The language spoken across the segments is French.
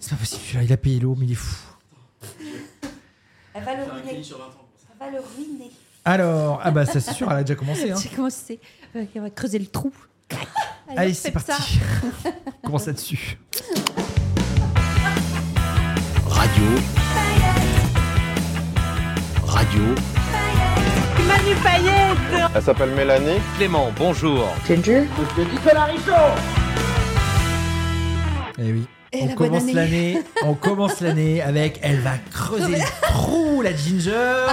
C'est pas possible, celui-là, il a payé l'eau, mais il est fou. Elle va le ruiner. Elle va le ruiner. Alors, ah bah ça c'est sûr, elle a déjà commencé. Hein. Tu sais comment c'est Euh, Elle va creuser le trou. Crac. Allez, c'est faites parti. ça. On Commence là-dessus. Radio. Radio. Elle s'appelle Mélanie. Clément, bonjour. Eh oui. on Et la bonne commence année. l'année, on commence l'année avec elle va creuser le trou la Ginger.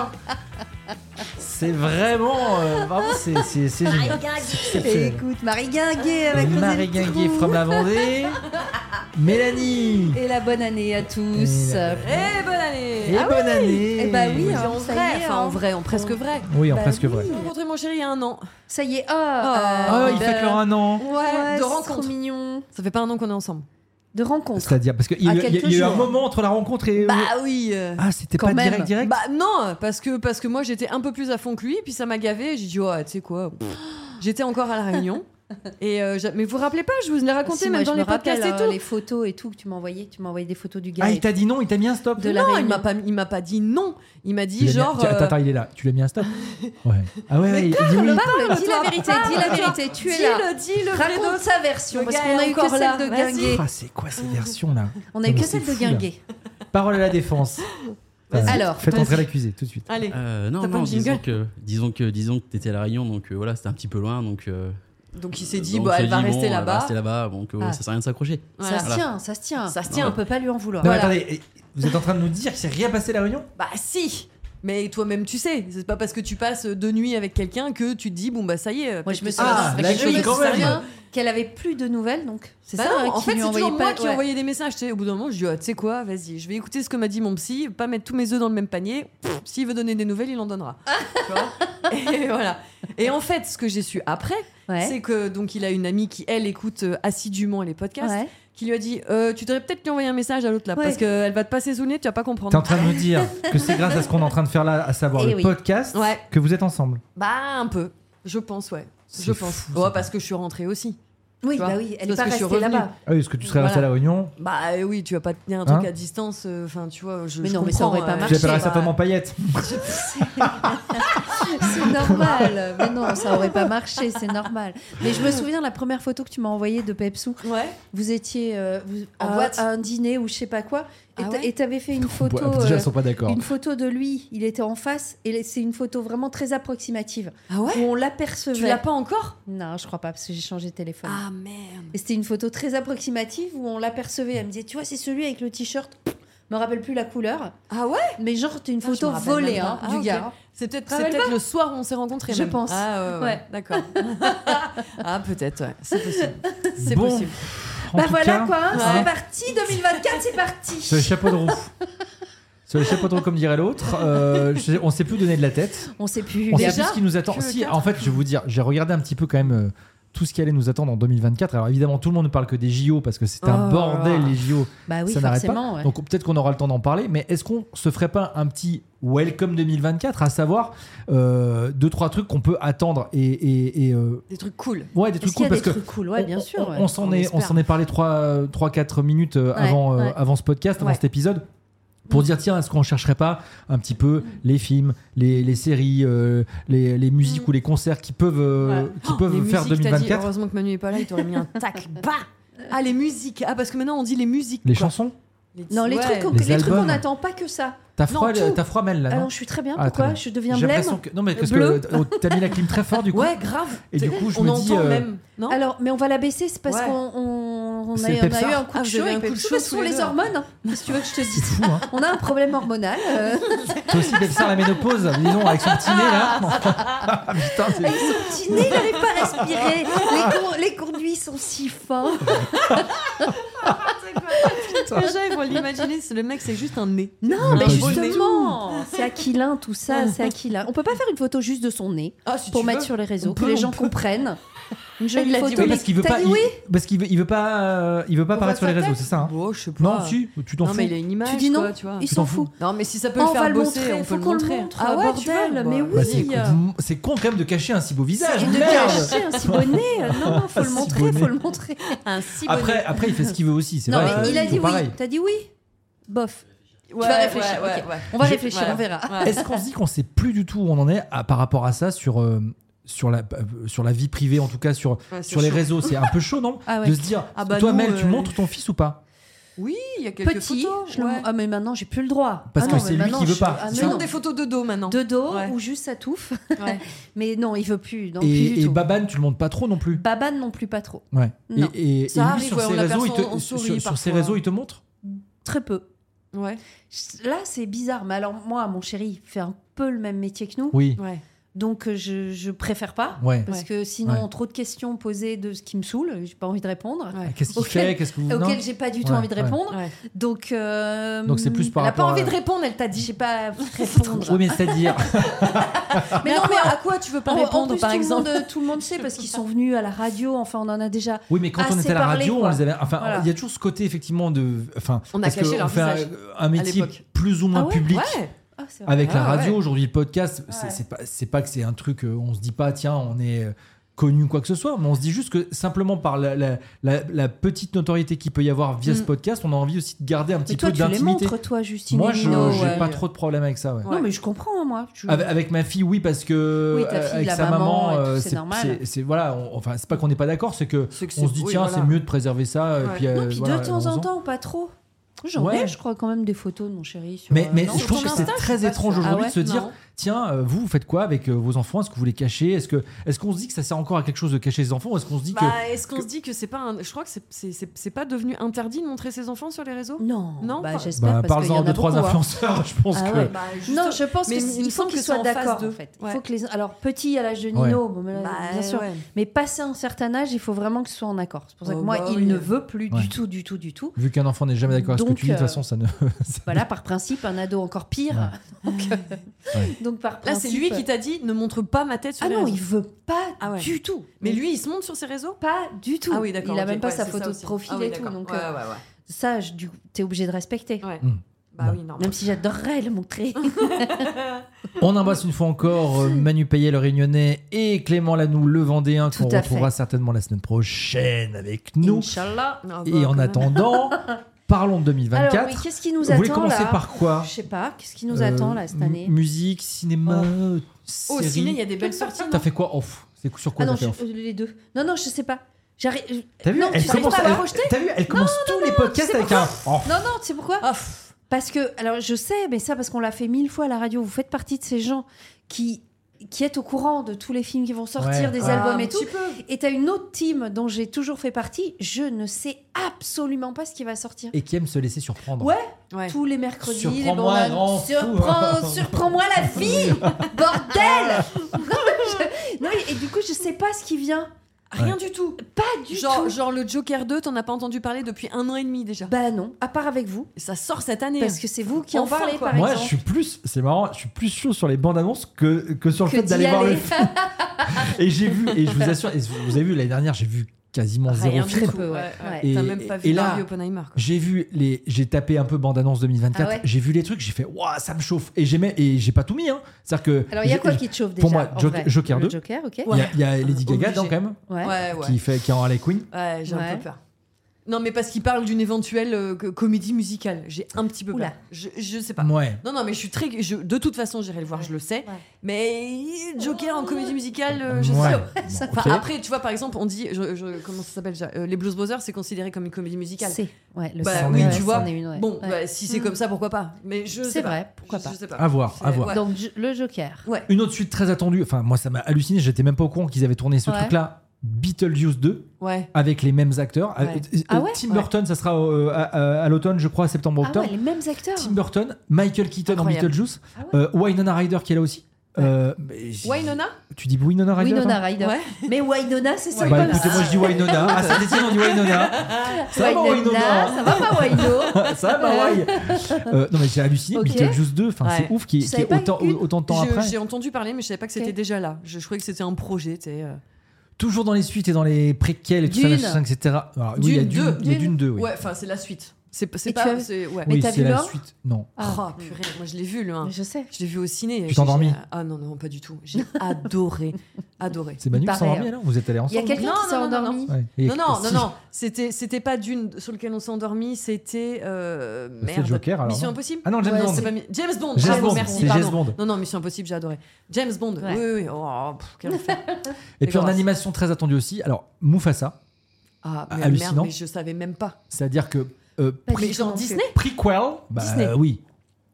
C'est vraiment, euh, vraiment c'est c'est Bah, c'est génial. C'est Et exceptionnel. écoute, Marie Guinguet, elle va creuser Marie le Guinguet trou. from la Vendée, Mélanie. Et la bonne année à tous. Et la- Et bonne année. Et bonne année. Eh bah oui, Et hein, en ça vrai, y est, enfin en hein. vrai, en presque vrai. Oui, en Bah presque oui. vrai. J'ai rencontré mon chéri il y a un an. Ça y est. Oh, Oh, euh, ils de- fêtent leur un an. Ouais, Ouais, c'est de trop rencontre. mignon. Ça fait pas un an qu'on est ensemble. De rencontre. C'est-à-dire parce qu'il y, a À eu- il y a- il y a eu quelques un jours. moment entre la rencontre et Bah oui. euh, ah c'était quand pas même. direct direct. Bah non, parce que parce que moi j'étais un peu plus à fond que lui, puis ça m'a gavé. et J'ai dit oh tu sais quoi, pff. j'étais encore à la réunion. Et euh, j'a- mais vous vous rappelez pas, Ah, je vous l'ai raconté Si, moi, même je dans me les rappelle, podcasts et euh, tout. Les photos et tout que tu m'as envoyé. Tu m'as envoyé des photos du gars. ah et il t'a dit non, il t'a mis un stop. de la non, il réunion. m'a pas il m'a pas dit non. Il m'a dit Tu l'as mis- genre Tiens, Attends, euh, attends, il est là. Tu l'as mis un stop Ouais. Ah ouais, ouais, il dit oui. Parle, dis la Parle-toi, vérité, dis la parle-toi. vérité. Tu es Dis-le, là. dis-le, Fredo. Raconte sa version Le parce gars qu'on a est eu que encore là. celle de Vas-y. Guinguet. Ah, c'est quoi ces versions là On a Non, mais eu que c'est celle de fou, là. Guinguet. Parole à la défense. Vas-y. Alors, faites vas-y. entrer l'accusé tout de suite. Allez. Euh, T'as non, pas non, de disons jingle que, disons que, disons que t'étais à la Réunion, donc euh, voilà, c'était un petit peu loin, donc. euh, Donc il s'est dit donc, bah on elle va dit, bon, rester Elle va là-bas. rester là-bas, donc euh, Ah. ça sert à rien de s'accrocher. Voilà. Ça se tient, ça se tient. Ça se tient. On peut pas lui en vouloir. Non, Voilà. attendez, et- vous êtes en train de nous dire qu'il s'est rien passé à la réunion Bah si Mais toi-même tu sais, c'est pas parce que tu passes deux nuits avec quelqu'un que tu te dis bon bah ça y est. Moi, peut-être je me que- souviens, Ah, la je me gueule, quand même. souviens qu'elle avait plus de nouvelles, donc c'est Bah ça. non, hein, en qui fait lui c'est toujours envoyait moi pas- qui ouais. envoyais des messages. tu sais. Au bout d'un moment je dis ah, tu sais quoi, vas-y, je vais écouter ce que m'a dit mon psy, pas mettre tous mes œufs dans le même panier. Pff, S'il veut donner des nouvelles, il en donnera. Tu vois Et voilà. Et en fait ce que j'ai su après, Ouais. c'est que donc il a une amie qui elle écoute euh, assidûment les podcasts, Ouais. qui lui a dit Euh, tu devrais peut-être lui envoyer un message à l'autre là Ouais. parce qu'elle va te passer sous le nez, tu vas pas comprendre. T'es en train de nous dire que c'est grâce à ce qu'on est en train de faire là, à savoir Eh le oui. podcast, Ouais. que vous êtes ensemble. Bah un peu, je pense ouais. C'est Je pense. fou, Ouais, ça. parce que je suis rentrée aussi. Oui, Tu vois, bah oui, elle est parce pas que je suis restée revenue. là-bas. Ah oui, parce que tu serais resté Voilà. à la réunion. Bah euh, oui, tu vas pas tenir un truc Hein à distance. euh, Enfin, tu vois, je. Mais je non, mais ça comprends, aurait pas euh, marché. Tu l'appellerais bah. certainement Paillette. C'est normal. Mais non, ça aurait pas marché, c'est normal. Mais je me souviens la première photo que tu m'as envoyée de Pepsou. Ouais. Vous étiez euh, vous- En à, boîte. à un dîner ou je sais pas quoi, et Ah t'a- ouais et t'avais fait une photo. Ouais, déjà, euh, elles sont pas d'accord. Une photo de lui, il était en face, et c'est une photo vraiment très approximative Ah où ouais. on l'apercevait. Tu l'as pas encore Non, je crois pas parce que j'ai changé de téléphone. Ah merde. Et c'était une photo très approximative où on l'apercevait. Elle me disait, tu vois, c'est celui avec le t-shirt. Je me rappelle plus la couleur, Ah ouais. mais genre t'es une Ah, je photo me rappelle volée même hein, pas. du Ah, ok. gars. C'est peut-être, Ça c'est va peut-être le soir où on s'est rencontrés. Je même. pense. Ah ouais. ouais, Ouais. D'accord. ah peut-être. Ouais. C'est possible. C'est Bon. possible. En bah tout voilà cas, quoi, hein, ouais. c'est parti 2024, c'est C'est le parti. chapeau de roue. C'est le chapeau de roue, comme dirait l'autre. Euh, je- on s'est plus donné de la tête. On sait plus. On Déjà, sait plus ce qui nous attend. que le Si, quatre. en fait, je vais vous dire, j'ai regardé un petit peu quand même euh, tout ce qui allait nous attendre en 2024. Alors évidemment, tout le monde ne parle que des JO parce que c'est un Oh là bordel là. les JO. Bah oui, ça n'arrête pas. forcément. ouais. Donc peut-être qu'on aura le temps d'en parler. Mais est-ce qu'on se ferait pas un petit welcome 2024, à savoir euh, deux trois trucs qu'on peut attendre et, et- et, euh, Des trucs cool. ouais des Est-ce trucs qu'il cool y a des parce que trucs cool Ouais, on- bien sûr. on, ouais. on s'en on est, espère. on s'en est parlé 3 trois quatre minutes euh, avant, euh, ouais. avant ce podcast, avant Ouais. Mm. cet épisode. Pour dire, tiens, est-ce qu'on chercherait pas un petit peu les films, les, les séries, euh, les, les musiques ou les concerts qui peuvent, euh, Mm. Ouais. Oh, qui peuvent les faire musiques, t'as dit, 2024 heureusement que Manu est pas là, il t'aurait mis un tac. Bah. Ah les musiques. Ah parce que maintenant on dit les musiques. Les quoi. chansons Les- Non, les ouais. trucs, qu'on- Les les trucs on albums. n'attend pas que ça. T'as Non, froid, tout. t'as froid Mel, là, non Alors je suis très bien. Ah, très Pourquoi bien. Je deviens J'ai blême. l'impression que. Non, mais parce Bleu. que euh, t'as mis la clim très fort, du coup. Ouais, grave. Et du T'es- coup, je on me entend dis, euh, même. Non. Alors, mais on va la baisser, c'est parce Ouais. qu'on on- on a, C'est on a Pepsar. eu un coup Ah, de vous chaud avez un avec coup de Pepsi, chaud parce que tous ce sont les les deux. hormones. hein. Qu'est-ce que tu veux que je te C'est dise fou, hein. On a un problème hormonal. euh, Toi aussi, Pepsar, la ménopause, disons, avec son petit nez là. Ah. Putain, c'est. Avec son petit nez, il n'arrive pas à respirer. Les, cour- les conduits sont si forts. Déjà, il faut l'imaginer, c'est- le mec, c'est juste un nez. Non, mais mais beau nez. justement, c'est aquilin tout ça, c'est aquilin. On peut pas faire une photo juste de son nez Ah, si pour tu mettre veux. sur les réseaux, On que peut, les on gens peut. comprennent. Une jolie il a dit photo. oui. Oui, parce qu'il veut T'as pas. dit il- oui Parce qu'il veut, il veut pas, euh, il veut pas On paraître sur voit les sa réseaux, tête c'est ça hein Oh, je sais pas. Non, si, tu t'en Non, Oh, fous. mais il a une image. Tu dis non quoi, tu vois. Il Tu s'en t'en fous. fout. Non, mais si ça peut Ah, le on faire va le bosser, montrer, on il peut faut le qu'on le montrer. montre. Ah ouais, tu Bordel, veux mais Bah, oui. Bah, c'est euh, con- c'est con quand même de cacher un si beau visage. Et de merde. cacher un si bonnet. Non, non, faut Un le si montrer, bonnet. faut le montrer. Un si bonnet. Après, après, il fait ce qu'il veut aussi, c'est non, vrai. mais il a faut dit oui. pareil. T'as dit oui Bof. Ouais, vas réfléchir, ouais, ok. ouais. On va Je- réfléchir, ouais. on verra. Ouais. Est-ce qu'on se dit qu'on sait plus du tout où on en est à- par rapport à ça sur, euh, sur, la, euh, sur la vie privée, en tout cas sur, Ouais, Ah, c'est sur les chaud. réseaux C'est un peu chaud, non Ah ouais. De se dire, Ah bah toi, nous, Mel, tu euh, montres ton fils ou pas Oui, il y a quelques Petit, photos. je le ouais. mon- Ah, mais maintenant, j'ai plus le droit. Parce Ah que non, c'est mais lui maintenant, qui veut je- pas. Ah, Je mais Non. montre non. des photos de dos maintenant. de dos Ouais. ou juste sa touffe. Ouais. Mais non, il veut plus, non, plus du Et, et tout. Baban, tu le montres pas trop non plus Baban non plus pas trop, Ouais. Non. Et, et- Ça et lui, arrive, sur ouais, on ses réseaux, il l'aperçoit en te, sur, souris sur ses parfois. réseaux, il te montre très peu. Ouais. Là, c'est bizarre, mais alors moi, mon chéri fait un peu le même métier que nous, Oui. Ouais. donc euh, je, je préfère pas. Ouais. Parce Ouais. que sinon, Ouais. trop de questions posées de ce qui me saoule, j'ai pas envie de répondre. Ouais. Qu'est-ce qu'il Auquel- fait Qu'est-ce que vous non Auquel j'ai pas du tout Ouais, envie de ouais. répondre. Ouais. Donc, euh, Donc c'est plus par elle a pas rapport à- envie de répondre, elle t'a dit. J'ai pas répondre. Oui, mais c'est-à-dire. mais, Mais non, à mais quoi, à quoi tu veux pas en- en répondre, plus, par tout le exemple monde- tout le monde sait parce qu'ils sont venus à la radio. Enfin, on en a déjà Oui, mais quand on Assez était à la parlé, radio, quoi. on les avait. Enfin, Voilà. il y a toujours ce côté effectivement de. Enfin, On a parce caché que leur on fait un- visage, un métier l'époque. plus ou moins Ah ouais public. Ouais. Ah, c'est vrai. Avec la Ah, radio ouais. aujourd'hui, le podcast, c'est- Ouais. c'est pas, c'est pas que c'est un truc. euh, On se dit pas tiens, on est euh, connu ou quoi que ce soit, mais on se dit juste que simplement par la, la- la- la petite notoriété qu'il peut y avoir via Mm. ce podcast, on a envie aussi de garder un petit Mais toi, peu tu les d'intimité. montres, toi, Justine. Moi, et je Nino, j'ai ouais. pas trop de problème avec ça. ouais. Non, mais je comprends, hein, moi. Je- Avec, avec ma fille, oui, parce que Hmm. euh, Oui, ta fille, avec la sa maman, maman, et tout, euh, c'est normal. c'est- c'est- voilà. on- enfin, c'est pas qu'on n'est pas d'accord, c'est que C'est que on c'est- se dit oui, tiens, voilà. c'est mieux de préserver ça. et Ouais. puis, euh, non, puis voilà, de temps en allons-en. temps, pas trop. J'en Ouais. ai, je crois, quand même des photos de mon chéri. sur, Mais, euh, mais non, je sur trouve ton que c'est Insta, je suis très pas étrange sûre. aujourd'hui Ah de se ouais dire Non. tiens, euh, vous, vous faites quoi avec euh, vos enfants Est-ce que vous les cachez Est-ce que est-ce qu'on se dit que ça sert encore à quelque chose de cacher ses enfants ou Est-ce qu'on se dit Bah, est-ce qu'on se dit que c'est pas un... Je crois que c'est- c'est- c'est c'est pas devenu interdit de montrer ses enfants sur les réseaux Non, Non, bah, pas- que j'espère. bah, parce qu'il y parle-en à en a deux trois beaucoup, hein. influenceurs Je pense Ah que ouais. Bah, juste- Non, je pense Mais que il c'est- me il faut semble qu'ils que soient c'est en phase d'accord, de- en fait. Il Ouais. faut que les... Alors, petit à l'âge de Ouais. Nino, bon, mais là, Bah, bien sûr. ouais. Mais passé un certain âge, il faut vraiment que ce soit en accord. C'est pour ça que Oh, moi, bah il oui. ne veut plus Ouais. du tout, du tout, du tout. vu qu'un enfant n'est jamais d'accord avec ce que Donc, tu dis, de toute euh, façon, ça ne. ça- Voilà, par principe, un ado encore pire. Donc, euh, Ouais. donc, par Là, c'est lui principe- qui t'a dit ne montre pas ma tête sur Ah les non, réseaux. il veut pas Ah ouais. du tout. Mais lui, il se montre sur ses réseaux pas du tout. Ah oui, d'accord. Il a ok, même pas ouais, sa c'est photo ça de aussi. profil Ah oui, et tout. d'accord. Donc, Ouais, euh, ouais, ouais. ça, je, du coup, t'es obligé de respecter. Ouais. Hmm. Bah oui, normal. Même si j'adorerais le montrer. On embrasse une fois encore euh, Manu Payet, le Réunionnais, et Clément Lanoux, le Vendéen, Tout qu'on à retrouvera fait. certainement la semaine prochaine avec nous. Inch'Allah. Ah, bah, Et quand en même. attendant, parlons de 2024. Alors, oui, qu'est-ce qui nous Vous voulez attend commencer là par quoi Je sais pas. Qu'est-ce qui nous attend Euh, là cette année Oh. m- Musique, cinéma, euh, Au série. ciné, il y a des belles sorties. non T'as fait quoi off C'est sur quoi Ah non, t'as fait je- off euh, les deux. Non, non, je sais pas. J'arrive. je- T'as vu non, Elle tu sais commence. pas à elle- me rejeter T'as vu Elle commence tous les podcasts tu sais avec un. Oh, Non, non, tu sais pourquoi Ah, pff. Parce que, alors je sais, mais ça parce qu'on l'a fait mille fois à la radio, vous faites partie de ces gens qui, qui êtes au courant de tous les films qui vont sortir, Ouais. des Ouais. albums Ah, et un tout. petit peu. Et t'as une autre team dont j'ai toujours fait partie, je ne sais absolument pas ce qui va sortir. Et qui aime se laisser surprendre. Ouais. Ouais. Tous les mercredis, Surprends-moi, les bandes- grand fou. Surprends- surprends-moi la vie, bordel. Non, je- non, et- et du coup, je sais pas ce qui vient. Rien du tout. Pas du Genre, tout. genre le Joker 2, t'en as pas entendu parler depuis un an et demi déjà. Bah non, à part avec vous, Et ça sort cette année. hein. parce que c'est vous qui en Enfin, parlez quoi. par Moi, je exemple. suis plus, c'est marrant, je suis plus chaud sur les bandes annonces que, que sur le Que fait d'y d'aller voir le aller. film. Et j'ai vu, et je vous assure, et vous avez vu l'année dernière, j'ai vu quasiment Rien zéro du film. tout, ouais, ouais. Ouais. Et- T'as même pas et vu là- Barbie Oppenheimer. quoi. J'ai vu les, j'ai tapé un peu bande annonce 2024. Ah ouais J'ai vu les trucs, j'ai fait waouh, ça me chauffe. Et j'ai même- et j'ai pas tout mis. Hein. C'est-à-dire que Alors il y a j'ai- quoi qui te chauffe déjà pour moi, en Joker- vrai Joker Le 2. Joker, ok. il y a- il y a Lady Ouais. Gaga dedans, Obligé. quand même Ouais. Ouais, ouais. qui fait qui est en Harley Quinn. Ouais, j'ai un Ouais. peu peur. Non, mais parce qu'il parle d'une éventuelle euh, que- comédie musicale. J'ai un petit peu Oula. peur. Je, je sais pas. Ouais. Non, non, mais je suis très. je- de toute façon, j'irai le voir, je le sais. Ouais. Mais Joker en comédie musicale, euh, je Ouais. sais Bon, pas. Enfin, ok. Après, tu vois, par exemple, on dit. je- je- comment ça s'appelle déjà Euh, Les Blues Brothers, c'est considéré comme une comédie musicale. C'est ouais, le Bah sang, oui, ouais, tu c'en vois. est une, ouais. Bon, Ouais. Mm. bah, si c'est comme ça, pourquoi pas Mais je C'est sais pas. vrai, pourquoi Je- pas. Je sais pas. À voir, à C'est- voir. ouais. Donc je- le Joker. Une autre suite très attendue. Enfin, moi, ça m'a halluciné. J'étais même pas au courant qu'ils avaient tourné ce Ouais. truc-là. Beetlejuice 2 Ouais. avec les mêmes acteurs. Ouais. Euh, Ah ouais Tim Burton, ça sera euh, à, à- à l'automne, je crois, Ah septembre-octobre. ouais, les mêmes acteurs. Tim Burton, Michael Keaton Incroyable. en Beetlejuice, Ah euh, Winona Ryder qui est là aussi. Ouais. Euh, mais- Wynonna Tu dis Winona Ryder toi Winona Ryder. Ouais. Mais Winona, c'est ça. Bah comme écoutez, ça. moi je dis Winona. Ah, ça détient, on dit Winona. Ça va, Winona Ça va pas, Wino Ça va, Wai Euh, Non, mais j'ai halluciné. Ok. Beetlejuice 2, enfin, c'est Ouais. ouf qu'il Je qu'il y ait savais pas autant, qu'une- autant de temps Je- après. J'ai entendu parler, mais je savais pas que c'était Ok. déjà là. Je, je croyais que c'était un projet, tu sais. euh. Toujours dans les suites et dans les préquels et tout ça, Dune. machin, etc. Alors, Ah oui, il y a Dune, il y a Dune 2, oui. Ouais, enfin, c'est la suite. C'est pas. Et c'est tu pas as- Ah. c'est- ouais. Mais Oui, t'as c'est vu la l'or suite. Non. Oh purée, moi je l'ai vu le 1. Je sais. Je l'ai vu au ciné. Tu t'es endormi J'ai- Ah non, non, pas du tout. J'ai adoré. Adoré. C'est Manu qui s'est paraît. hein. endormi, là Vous êtes allés Il y a ensemble quelqu'un Non, qui s'est non, non, non, endormi. Ouais. Et- Non, non, non, si, non. C'était, c'était pas d'une sur lequel on s'est endormi, c'était. Euh, C'était merde. Joker, alors, Mission non Impossible Ah non, James Ouais, Bond. c'est pas mi- James Bond, James bravo, Bond, merci. c'est pardon. James Bond. Non, non, Mission Impossible, j'ai adoré. James Bond, Ouais. oui, oui. Oh, pff, quel enfer. Et puis en Dégueulasse. animation très attendue aussi. Alors, Mufasa, Ah, Ah, mais hallucinant. merde, mais je savais même pas. c'est-à-dire que. euh, Pas Mais du genre tout, en fait. Disney Prequel Bah Disney. euh, oui.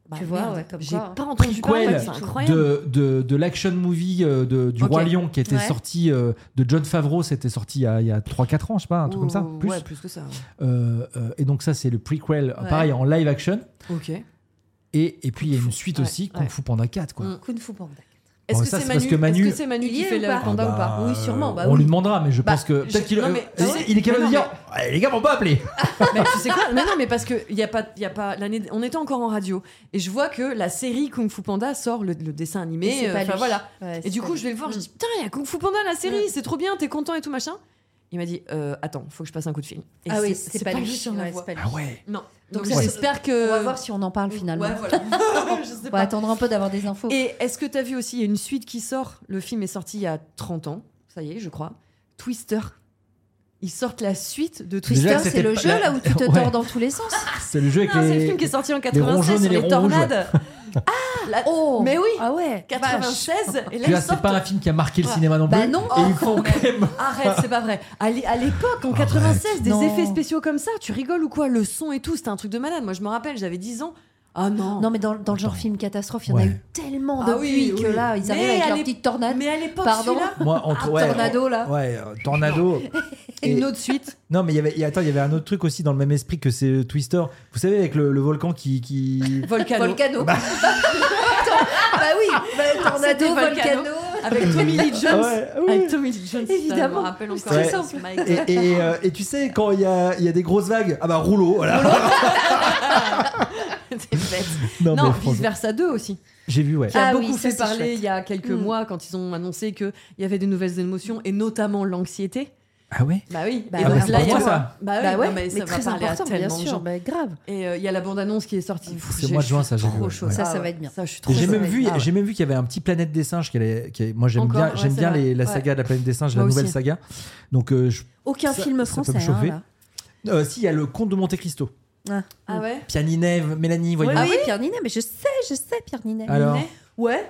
Bah, Tu vois, merde, ouais, comme J'ai quoi, hein. pas entendu parler, Prequel c'est incroyable. de, de, de l'action movie euh, de, du Ok. Roi Lion qui était Ouais. sorti euh, de John Favreau, c'était sorti il y a, il y a 3-4 ans, je sais pas, un truc comme ça. Ouh, Plus. Ouais, plus que ça. ouais. Euh, euh, et donc ça c'est le prequel, Ouais. pareil en live action. Ok. Et, et puis il y a une suite Ouais, aussi, Kung ouais. Fu Panda 4 quoi. Mm. Kung Fu Panda. Est-ce Bon, que ça, c'est c'est parce Manu, que Manu- est-ce que c'est Manu Il y qui est fait ou le pas panda ou pas Oui, sûrement, bah Ah on oui. lui demandera, mais je Bah, pense que je- peut-être qu'il non, mais- il- ouais. il est capable Mais de non, dire Eh, les gars m'ont pas appelé. Mais tu sais quoi Mais non, mais parce que y a pas, y a pas l'année. On était encore en radio et je vois que la série Kung Fu Panda sort le, le dessin animé. euh, enfin, voilà. Et du coup, je vais le voir. Je dis putain, il y a Kung Fu Panda la série, Ouais. c'est trop bien. T'es content et tout machin. Il m'a dit euh, attends, faut que je passe un coup de fil. Et Ah oui, c'est pas lui sur la ouais, voix. c'est pas lui. Ah ouais. Non. Donc Donc, ça, j'espère que. On va voir si on en parle finalement. Ouais, voilà. je sais On va pas. attendre un peu d'avoir des infos. Et est-ce que t'as vu aussi il y a une suite qui sort Le film est sorti il y a 30 ans. Ça y est, je crois. Twister. Ils sortent la suite de Twister. Déjà, Twister, c'était c'est le pas jeu la- là où tu te Ouais. tords dans tous les sens. Ah, C'est le jeu avec Non, c'est le les film qui est sorti en ronds 96 jaunes et sur les les, ronds rouges, ouais. tornades. ah, la- Oh mais oui. Ah ouais 96 et Tu là, vois, ils c'est sortent- pas un film qui a marqué le Ouais. Oh. cinéma non plus. Bah non. Et ils font quand même. Arrête, c'est pas vrai. À l'é- à l'époque, en 96, des Non. effets spéciaux comme ça, tu rigoles ou quoi Le son et tout, c'était un truc de malade. Moi, je me rappelle, j'avais 10 ans. Ah non. Non mais dans, dans le genre Attends. film catastrophe, il y en a Ouais. eu tellement Ah depuis oui, que oui. là, ils Mais arrivent avec à leur l'ép- petite tornade. Mais à l'époque, Pardon celui-là, Moi, entre, Un ouais, Ah, tornado là. Ouais, euh, tornado. Et- une autre suite. Non, mais il y avait, et attends, il y avait un autre truc aussi dans le même esprit que c'est euh, Twister. Vous savez, avec le, le volcan qui. qui... Volcano. Volcano. Bah, oui, bah, tornado, C'était volcano. Volcano. Avec Tommy Lee Ah Jones. Ouais, ouais. Avec Tommy Lee Jones. Ça Évidemment. me rappelle encore. Ouais. C'est simple. Mike. Et, et, euh, et tu sais, quand il y a, il y a des grosses vagues, ah bah rouleau, voilà. T'es bête. Non, Non, mais vice franchement, versa 2 aussi. j'ai vu, ouais. qui a Ah oui, beaucoup ça, fait c'est parler chouette. il y a quelques Mm. mois quand ils ont annoncé qu'il y avait de nouvelles émotions et notamment l'anxiété. Ah ouais Bah oui, Bah et ouais. donc Ah, c'est là, il y a pour ça. Bah, oui, Bah ouais, non, mais, mais, ça va très parler à important, bien tellement de sûr. gens. Bah, grave. Et euh, il y a la bande-annonce qui est sortie. Pff, C'est au j'ai- mois de je juin, suis ça, j'ai vu, trop ouais. chaud. Ça, Ah ça ouais, va être bien. Ça, je suis trop Et J'ai chaud. même vu, Ah ouais. j'ai même vu qu'il y avait un petit Planète des Singes qui allait- qui- moi j'aime Encore, bien, ouais, j'aime c'est bien vrai. les- la Ouais. saga de la Planète des Singes, Moi la aussi. nouvelle saga. Donc, euh, je- Aucun Ça- film ça peut me français. hein, chauffer. là. euh, si, il y a le Comte de Monte Cristo. Ah, Ah ouais Piani Neve, Mélanie, voyez. ah oui, Pierre Ninet, mais je sais, je sais Pierre Ninet. Alors, Ninet Ouais.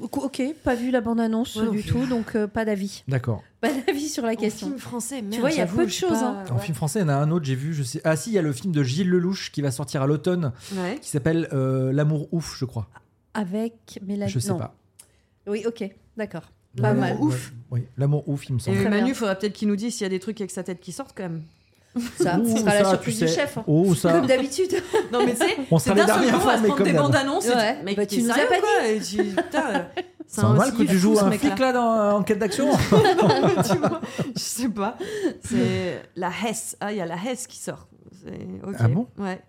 Ok, ok, pas vu la bande-annonce Ouais, non du plus. tout, donc euh, pas d'avis. d'accord. Pas d'avis sur la En question. film français, merde, vois, il y a j'avoue, peu de je suis choses, pas- hein. En film français, il y en a un autre, j'ai vu, je sais. Ah si, il y a le film de Gilles Lelouch qui va sortir à l'automne, Ouais. qui s'appelle euh, L'amour ouf, je crois. Avec Mélanie. Je sais non. pas. Oui, ok, d'accord. Pas L'amour mal. ouf. Oui, l'amour ouf, il me semble. Et Très Manu, bien. faudra peut-être qu'il nous dise s'il y a des trucs avec sa tête qui sortent quand même. Ça, Ouh, ce sera la ça, surprise tu du sais. chef. hein. Oh, ça. Comme d'habitude. Non, mais tu sais, On c'est sera les d'un seul derniers coup, on va informés, se prendre comme euh, des d'hab. bandes annonces. Ouais. Mec, Bah, t'es tu nous as sérieux, pas quoi Et tu- putain, euh, C'est c'est un normal que il tu est joues fou, ce un mec-là. flic là dans Enquête d'action. tu vois je sais pas c'est la Hesse ah il y a la Hesse qui sort C'est- ok. Ah bon ouais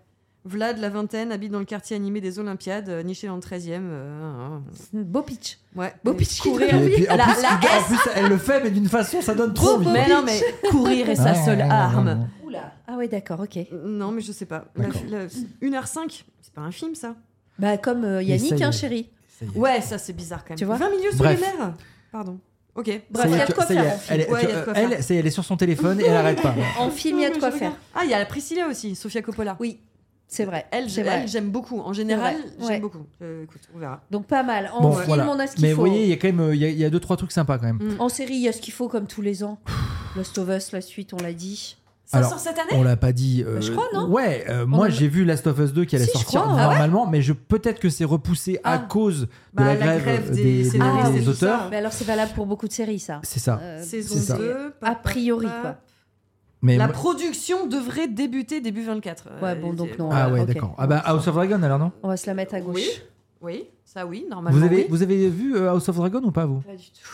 Vlad la vingtaine habite dans le quartier animé des Olympiades euh, niché dans le 13e euh, C'est un Beau pitch. euh, ouais Beau Et pitch qui courir donne envie. Et puis, en, La- plus, la il- en plus, elle le fait, mais d'une façon, ça donne trop Trop envie. mais non mais courir est sa Ah Ouais, seule ouais, ouais, ouais, arme ouais. Oula. Ah ouais, d'accord, ok. non mais je sais pas La- D'accord. la- 1h05 c'est pas un film ça Bah, comme euh, Mais ça Yannick, y est. hein, chérie. Ça y est. ouais ça c'est bizarre quand même Tu vois 20 milieux sous Bref. les mers pardon ok Bref, Ça y il y est, a de quoi ça y est, faire en film. Elle, est- Ouais, tu- il y a de quoi elle, faire. ça y est, elle est sur son téléphone et elle arrête pas. En film, il y a de quoi faire. ah il y a la Priscilla aussi Sofia Coppola Oui, c'est vrai. elle c'est j'ai- vrai. elle, j'aime beaucoup en général vrai, j'aime ouais. beaucoup Euh, écoute on verra Donc pas mal. En Bon, film, voilà. on a ce qu'il Mais faut. vous voyez, il y a quand même, euh, il y, a- il y a deux trois trucs sympas quand même. En série, il y a ce qu'il faut comme tous les ans. Lost of Us, la suite, on l'a dit. Ça Alors, sort cette On année l'a pas dit. euh, Bah, Je crois, non Ouais, euh, moi en a- j'ai vu Last of Us 2 qui allait Si, je sortir crois, ah ouais normalement, mais je peut-être que c'est repoussé à Ah. cause de Bah, la, la grève, grève des, des des- scénaristes Ah, des et tout auteurs. ça. Mais alors, c'est valable pour beaucoup de séries, ça. C'est ça. Euh, c'est Saison ça. 2, A priori, pap, quoi. pap. Mais La moi- production devrait débuter début 24. Euh, Ouais, bon, donc non. ah ouais, ok. d'accord. Ah bah House of Dragon alors non On va se la mettre à gauche. Oui, oui, ça oui, Bah, normalement. vous avez, oui. vous avez vu euh, House of Dragon ou pas vous Pas du tout.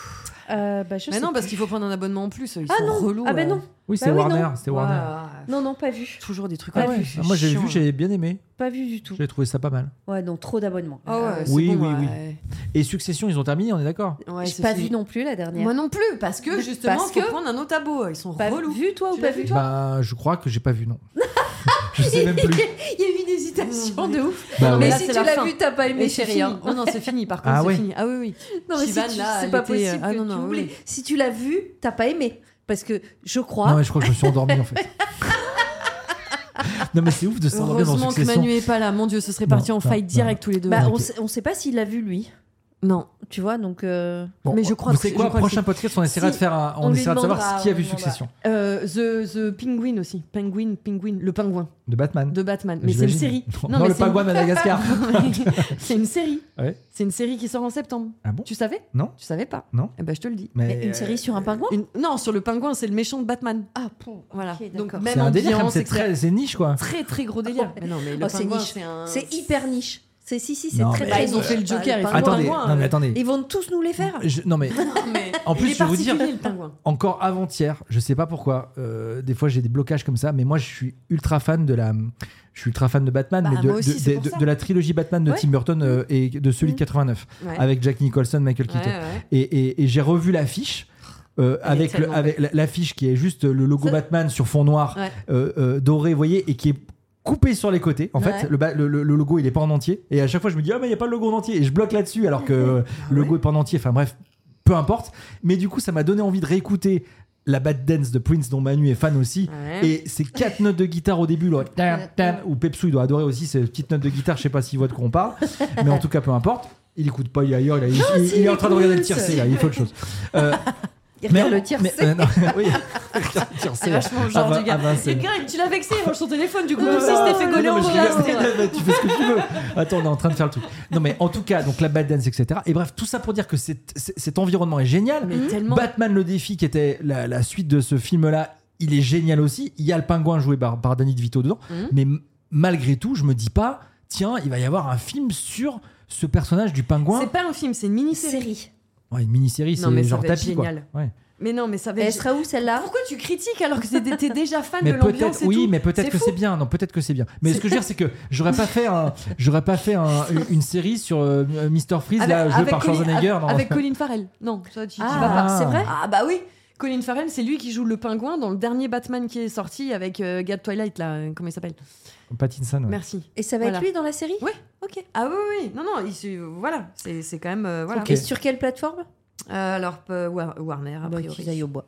Euh, bah, je Mais sais non, pas. parce qu'il faut prendre un abonnement en plus. Ils Ah sont non relous. Ah bah euh. non Oui, c'est oui, Warner, non. c'est Ouais, Warner. ouais, ouais. Non, non, pas vu. Toujours des trucs Ah comme ouais. ça. Ah, moi j'ai Chiant, vu, j'ai bien aimé. Pas vu du tout. J'ai trouvé ça pas mal. Ouais, non, trop d'abonnements. Euh, Ah ouais, c'est Oui, bon, oui, ouais. Et Succession, ils ont terminé, on est d'accord Ouais, J'ai c'est pas fini. vu non plus la dernière. Moi non plus, parce que justement, Parce faut que- prendre un autre abo. Ils sont pas relous. vu toi ou Tu pas l'as vu vu, toi Bah, je crois que j'ai pas vu non. je sais même plus. Il y a eu une hésitation de ouf. Bah, Mmh. Non, ouais. Mais là, si c'est tu la l'as fin. vu, t'as pas aimé Et c'est chérie. fini. hein. Non, non, c'est fini. Par Ah contre, ouais. c'est fini. Ah oui, oui. Non, mais si Chivan, tu- là, c'est elle pas était, possible euh, ah que non, tu non, oui, oublies. oui. Si tu l'as vu, t'as pas aimé. Parce que je crois. Non, mais je crois que je me suis endormi en fait. non, mais c'est ouf de s'endormir dans Heureusement que Succession. Manu est pas là. Mon Dieu, ce serait Non, parti en non, fight non. direct tous les deux. hein. Bah, Ok. on, sait, on sait pas s'il l'a vu lui. Non. Tu vois, donc. euh, Mais je crois vous que savez c'est- quoi je crois que Prochain podcast, on essaiera Si, de faire un- on, on lui essaiera de savoir demandera, qui a on vu lui Succession Euh, the, the Penguin aussi. Penguin, Penguin, le pingouin de Batman. de Batman. Mais c'est une J'imagine. série. Non, non, mais le c'est une- pingouin de Madagascar. c'est une série. Ouais. C'est une série qui sort en septembre. Ah bon Tu savais Non. Tu savais pas Non. Eh ben, je te le dis. mais une série sur un pingouin Une- Non, sur le pingouin, c'est le méchant de Batman. Ah, bon. Voilà. Ok, Donc d'accord. même C'est un délire, comme ambiance, c'est etc. très, c'est niche quoi. très très gros délire. Ah Mais non, mais Oh, c'est niche. un- C'est hyper niche. C'est si, si, c'est Non, très mais- très Ils ont niche. fait le Joker, Ah, ils font pingouin. Attendez, pingouin, non mais euh. attendez. Ils vont tous nous les faire. Je- non mais en Il plus, est je vais vous dire, particulier, le pingouin. encore avant-hier, je sais pas pourquoi, euh, des fois j'ai des blocages comme ça, mais moi je suis ultra fan de la, je suis ultra fan de Batman, Bah, mais de, moi aussi, de- c'est de- pour de- ça. de la trilogie Batman de Ouais. Mm. Tim Burton euh, et de celui de 89 Ouais. avec Jack Nicholson, Michael Keaton. Ouais, ouais. Et, et- et j'ai revu l'affiche. euh, Elle est avec le- tellement avec la- l'affiche qui est juste le logo Ça- Batman sur fond noir Ouais. euh, euh, doré, vous voyez, et qui est coupé sur les côtés. En fait, Ouais. le, ba- le, le- le logo il est pas en entier. Et à chaque fois je me dis ah mais il y a pas le logo en entier et je bloque là-dessus alors que euh, Ah le logo est pas en entier. Enfin bref, peu importe. Mais du coup ça m'a donné envie de réécouter la Bad Dance de Prince dont Manu est fan aussi. Ouais. Et ces quatre notes de guitare au début, là, tam, tam, ou Pepsou, il doit adorer aussi ces petites notes de guitare, je sais pas s'il voit de quoi on parle, mais en tout cas, peu importe. Il écoute pas, il est ailleurs, il, a- il- il- si, il il est en train de regarder le écoute. tiercé, là, il faut autre chose. Euh, Ils mais- regardent le tir. mais- c'est- euh, non, oui, le tiercé, C'est là. vachement le genre Ah bah- du gars. ah bah, c'est- Et Greg, tu l'as vexé, il range son téléphone, du coup, Non, aussi, il s'était fait non, gauler non, en Ah, mais je classe. rigole, mais Tu fais ce que tu veux. Attends, on est en train de faire le truc. Non, mais en tout cas, donc la bad dance, etc. Et bref, tout ça pour dire que cet- cet cet environnement est génial. Mais tellement. Batman le défi, qui était la, la suite de ce film-là, il est génial aussi. Il y a le pingouin joué par, par Danny DeVito dedans. Mhm. Mais m- malgré tout, je me dis pas, tiens, il va y avoir un film sur ce personnage du pingouin. C'est pas un film, c'est une mini-série. Série. Ouais, une mini-série, Non, mais c'est ça genre va être tapis, quoi. génial. Ouais. Mais non, mais ça va Elle être. Ah, sera où celle-là Pourquoi tu critiques alors que c'est- t'es déjà fan Mais de l'ambiance peut-être, et oui, tout mais peut-être que fou. c'est bien. Non, peut-être que c'est bien. Mais ce que je veux dire, c'est que j'aurais pas fait, un, j'aurais pas fait un- une série sur euh, Mr Freeze là joué par Colin, Schwarzenegger. avec- non. avec Colin Farrell. Non, ça, tu, tu Ah, vas pas. c'est vrai Ah bah oui Colin Farrell, c'est lui qui joue le pingouin dans le dernier Batman qui est sorti avec euh, Gad Twilight, là, euh, comment il s'appelle Oh, Pattinson. ouais. Merci. Et ça va être Voilà. lui dans la série Ouais. Ok. Ah oui, oui, non, non, il, se- voilà, c'est c'est quand même... euh, voilà. Ok. Et sur quelle plateforme Euh, alors, euh, War- Warner, a Bah, priori. qu'ils aillent au bois.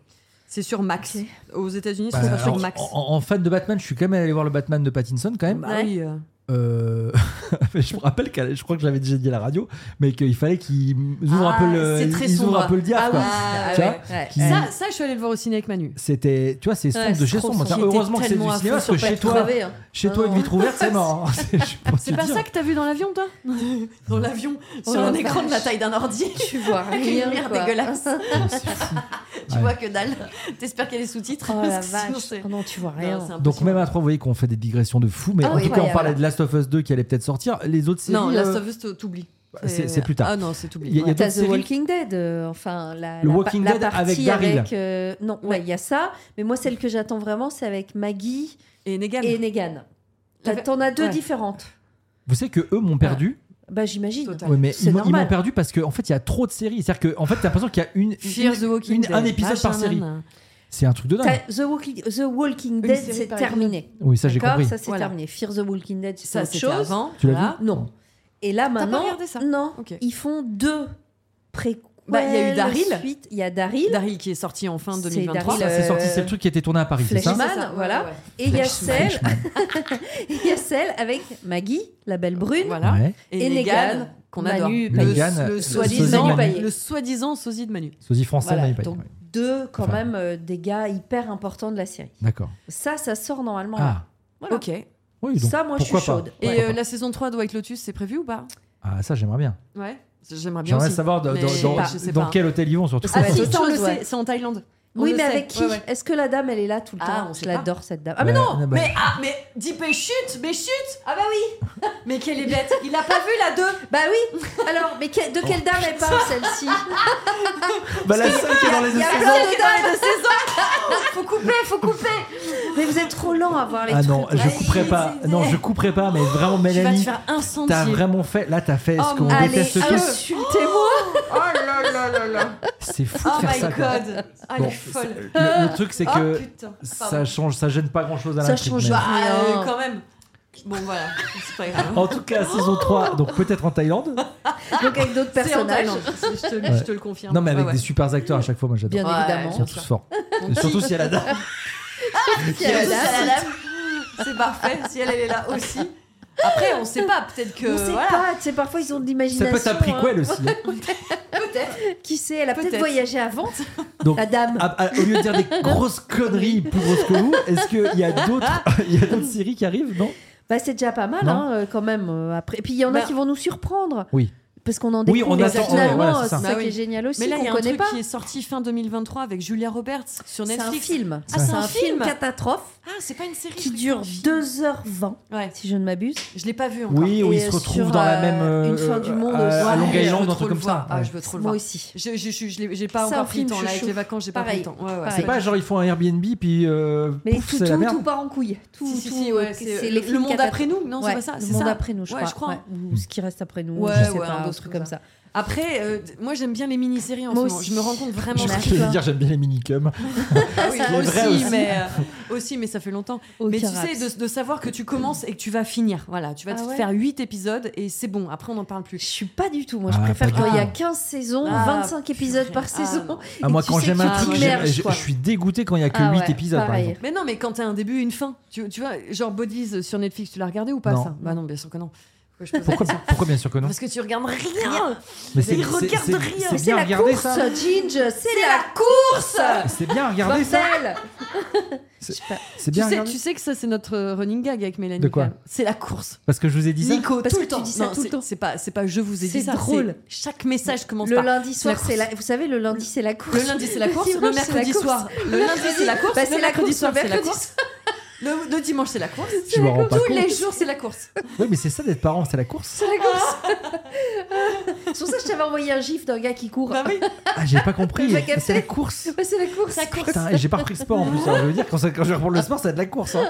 C'est sur Max. Aux États-Unis, Bah, c'est pas sur alors, Max. en, en fan de Batman, je suis quand même allé voir le Batman de Pattinson quand même. Bah Ouais. oui, euh, Euh, je me rappelle qu'à la- je crois que j'avais déjà dit à la radio, mais qu'il fallait qu'ils ouvrent un Ah, peu le, c'est très ils ouvrent sombre. un peu le diable. Ah quoi. oui, Tu ah vois ouais. bah Ouais. Qui- Ça, ça, je suis allée le voir au ciné avec Manu. C'était, tu vois, c'est sombre Ouais, de chez c'est trop sombre. Mmh. Ça, sombre. Heureusement que c'est du J'étais cinéma, parce tellement que à fond chez sur toi, Crevé, hein. chez toi, Ah une non. vitre ouverte, c'est mort. hein. C'est je pense C'est te pas dire. ça que t'as vu dans l'avion, toi Dans l'avion, Oh sur la un écran de vache. la taille d'un ordi. Tu vois Avec une rien. lumière quoi. dégueulasse. Oh, c'est fou. Tu Ouais. vois que dalle. T'espères qu'il y a les sous-titres. Oh la parce que sinon, vache. c'est- Oh non, tu vois Non, rien. c'est Donc impossible. même à trois, vous voyez qu'on fait des digressions de fou, mais Ah en oui, tout cas, on incroyable. parlait de Last of Us 2 qui allait peut-être sortir. Les autres séries, Non, Last euh, of Us, t'oublies. c'est- c'est plus tard. Ah non, c'est Il y oublié. a- il y a ouais. d'autres T'as The séries. Walking Dead, euh, enfin la, Le la, pa- Walking la Dead avec partie Daryl. avec, euh, non, ouais, il y a ça, mais moi celle que j'attends vraiment, c'est avec Maggie Et Negan. et Negan. T'as- T'en as deux Ouais. différentes. vous savez que eux m'ont perdu. Bah j'imagine. Total. Ouais, mais C'est ils m'ont ils normal. m'ont perdu parce qu'en en fait, il y a trop de séries. C'est-à-dire qu'en en fait, t'as l'impression qu'il y a une, Fear the Walking une- Dead. un épisode par Machin, série. nan, nan. C'est un truc de T'as dingue. The Walking, The Walking Dead, série c'est par terminé. Oui, ça j'ai D'accord, compris. ça c'est Voilà. terminé. Fear the Walking Dead, c'est Ça, autre c'était chose. avant. Tu l'as Voilà. Non. Et là maintenant, regardé ça non, Ok. ils font deux pré Bah, il y a eu Rockwell, Daryl. ensuite, Il y a Daryl. Daryl qui est sorti en fin C'est 2023. Daryl, Ça, c'est euh, sorti, c'est le truc qui était tourné à Paris, c'est ça Flashman, C'est ça, ouais, voilà. ouais. Et il y a Flashman. celle, il y a celle avec Maggie, la belle brune. Voilà. Ouais. Et Negan, qu'on Manu adore. Payet. Negan, le, le sosie soi-disant, de Manu. le soi-disant sosie de Manu. Sosie française, Voilà, mais pas- donc ouais. deux quand Enfin. même euh, des gars hyper importants de la série. D'accord. Ça, ça sort normalement. là. Ah, Voilà. Ok. Et oui, donc ça, moi, je suis pourquoi pas chaude. Ouais. euh, la saison 3 de White Lotus, c'est prévu ou pas Ah, ça, j'aimerais bien. Ouais. J'aimerais bien J'aimerais aussi. savoir de- Mais dans- je sais dans- pas, je sais dans pas. quel hôtel ils vont, surtout. Ça va Ah être si, autre ça, on le chose, ouais. sait, c'est en Thaïlande. On Oui, le mais sait. avec qui Ouais, ouais. Est-ce que la dame, elle est là tout le Ah, temps on Je sait pas. l'adore cette dame. Ah, mais Euh, non ah, bah, Mais ah, mais dis mais chute, mais chute Ah bah oui Mais qu'elle est bête Il a pas vu la 2 Bah oui Alors, mais que- Oh, de quelle dame elle parle celle-ci bah, la seule qui est dans les Il y a hôtels. plein de dames Faut couper, faut couper Mais vous êtes trop lent à voir les Ah trucs. non, je Vas-y, couperai pas. vas-y, vas-y. Non, je couperai pas, mais vraiment, Tu vas te Mélanie, faire incendier t'as vraiment fait. Là, t'as fait ce Oh, qu'on mon- Allez, déteste tous. insultez-moi Oh là là là là C'est fou Oh de faire my ça. quoi. god Ah, Elle Bon, est folle Le, le truc, c'est Oh que putain ça change, ça gêne pas grand chose à Ça l'intrigue. change mais- pas. Ah, euh, Non. quand même Bon voilà, c'est pas grave. En tout cas, saison 3, donc peut-être en Thaïlande. Donc, avec d'autres Oh. C'est en personnages. Thaïlande, je te, le- je te le confirme. Non, mais avec Ouais, des ouais. super acteurs à chaque fois, moi j'adore. Bien Ouais, évidemment. Ils bien sont sûr. tous forts. Mon Et petit- surtout si elle a dame. Il y a la dame. C'est parfait, si elle, elle est là aussi. Après, on sait pas, peut-être que. On sait euh, voilà. pas, tu sais, parfois ils ont de Ça l'imagination. peut être un prequel aussi. hein. hein. Qui sait, elle a peut-être Peut-être. voyagé avant, Donc, ah. la dame. à- à- au lieu de dire des grosses conneries plus grosses que vous, est-ce qu'il y a d'autres il y a d'autres séries qui arrivent Non Bah, c'est déjà pas mal, Non. hein, euh, quand même. euh, Après. Et puis, il y en a Bah- qui vont nous surprendre. Oui. Parce qu'on en Oui, découvre on attend- finalement, ouais, voilà, c'est c'est ça. ça Bah qui oui. est génial aussi, Mais là, il y qu'on a un connaît truc pas. qui est sorti fin 2023 avec Julia Roberts sur C'est Netflix. un film. Ah, c'est un film. catastrophe Ah, c'est pas une série. qui c'est dure un film. 2h20, Ouais, si je ne m'abuse. je l'ai pas vu encore. Oui, où Et ils se sur, retrouvent dans la euh, même. euh, Une fin du monde à- aussi. À Long Ouais, Island, je veux un trop truc le comme ça. voir. Ah, Ouais. je veux trop le Moi voir. aussi. Je- je- je- je l'ai- J'ai pas C'est un encore pris film le temps là avec chouchou. les vacances, j'ai pas pris Pareil. le temps. Ouais, ouais. Pareil. C'est pas genre ils font un Airbnb puis euh, Mais pouf, tout, c'est la tout, merde. tout part en couille. Tout, Si, si, tout, si, ouais, c'est c'est le- les le films monde catastrophes. après nous, non, c'est Ouais, pas ça, Le c'est monde ça. après nous, je Ouais, crois. je crois. ouais. Ou ce qui reste après nous, Ouais, je sais ouais, pas, un un autre truc comme comme ça. Après, euh, d- moi j'aime bien les mini-séries en Moi ce moment. aussi. Je me rends compte vraiment. Je On crois a- que j'allais dire j'aime bien les minicums. Ah oui, Ça moi aussi. aussi, mais euh, aussi, mais ça fait longtemps. Au mais tu Carax. sais, de, de savoir que tu commences et que tu vas finir. Voilà, tu vas Ah te ouais. faire 8 épisodes et c'est bon. Après, on n'en parle Je plus. suis pas du tout. Moi, je Ah, préfère pas du quand il y a tout. 15 saisons, Ah, 25 épisodes par Ah, saison. non. Et Ah, moi tu quand sais j'aime que un tu truc, j'aime- t'immerges, je quoi. je suis dégoûté quand il y a que Ah 8 ouais, épisodes par pareil. exemple. Mais non, mais quand t'as un début et une fin, tu, tu vois, genre Bodies sur Netflix, tu l'as regardé ou pas Non. ça Bah non, bien sûr que non. Pourquoi je pose la Pourquoi, question pourquoi bien sûr que non Parce que tu regardes rien. Mais ils regardent c'est- rien. C'est Mais C'est bien la regardé course, ça. Ginge, c'est la course C'est bien regardé ça. Bordel C'est Tu bien sais, regardé. tu sais que ça, c'est notre euh, running gag avec Mélanie. De quoi quand même. C'est la course. Parce que je vous ai dit ça. Nico, Parce tout que le tu temps. dis ça Non, tout le c'est- temps. C'est pas, c'est pas je vous ai C'est dit ça. drôle. c'est- Chaque message commence Le par. lundi C'est la soir, c'est la. Vous savez, le lundi, c'est la course. Le lundi c'est la course, le, dimanche, c'est la mercredi course. soir. Le lundi c'est la course, Bah, le c'est la mercredi course, soir le c'est la mercredi course. Le, le dimanche c'est la course. Je m'en rends pas Tous compte. les jours c'est la course. Oui, mais c'est ça d'être parent, c'est la course. C'est la course. C'est pour ça que je t'avais envoyé un gif d'un gars qui court. Bah oui. Ah, j'ai pas compris. J'ai Mais capté. C'est la course. Ouais, c'est la course. La course. Putain, et j'ai pas repris le sport en plus. Alors, je veux dire, quand, ça- quand je vais reprendre le sport, ça va être la course. hein.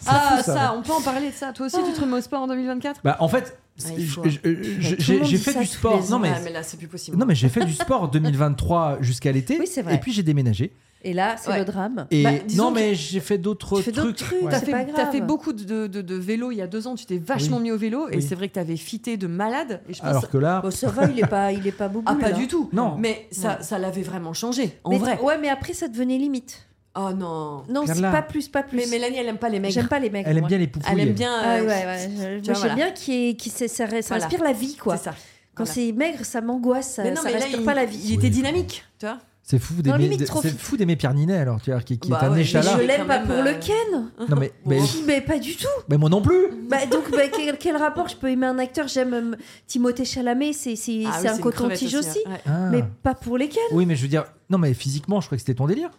C'est Ah fou, ça. on peut en parler de ça. Toi aussi tu te remets au sport en 2024 Bah, en fait, Ouais, il je- faut. je- je- tout le j'ai monde j'ai dit fait ça du tous les sport. ans. Non, mais. Ouais, mais là c'est plus possible. Non mais j'ai fait du sport 2023 jusqu'à l'été Oui, c'est vrai. et puis j'ai déménagé Et là, c'est Ouais. le drame. et Bah, disons non que- mais j'ai fait d'autres Tu fais d'autres trucs. trucs, Ouais. T'as C'est fait, pas t'as fait grave. beaucoup de, de, de vélo il y a deux ans, tu t'es vachement Oui. mis au vélo et Oui. c'est vrai que t'avais fité de malade. Et je pense Alors que là, Bon, ça va, il est pas, il est pas boubou. ah pas du tout. Non. Mais ça, ça l'avait vraiment changé en mais, vrai. Ouais, mais après, ça devenait limite. Oh non. Non, Regarde c'est là. pas plus, pas plus. Mais Mélanie elle aime pas les mecs. J'aime pas les mecs. elle aime moi. bien les poupouilles. Elle aime bien. Ah euh, ouais, ouais, je- moi, vois, voilà. j'aime bien qui qui ça, ça, ça Voilà. inspire la vie quoi. C'est ça. Quand Voilà. c'est maigre, ça m'angoisse, ça, Mais non, ça mais là, respire il- pas la vie. Il était Oui. dynamique, tu vois. C'est fou Non, d'aimer limite de- trop c'est fit. fou d'aimer Pierre Ninet alors tu vois qui, qui Bah est un ouais, mais Mais échalas. je il est l'aime quand pas même, pour euh, le Ken. Non mais mais, Oui, mais pas du tout. mais moi non plus. Bah, donc bah, quel, quel rapport je peux aimer un acteur J'aime euh, Timothée Chalamet, c'est c'est Ah c'est oui, un une coton crevette tige aussi. hein. Ouais. Ah. Mais pas pour les Ken. Oui mais je veux dire non mais physiquement je crois que c'était ton délire.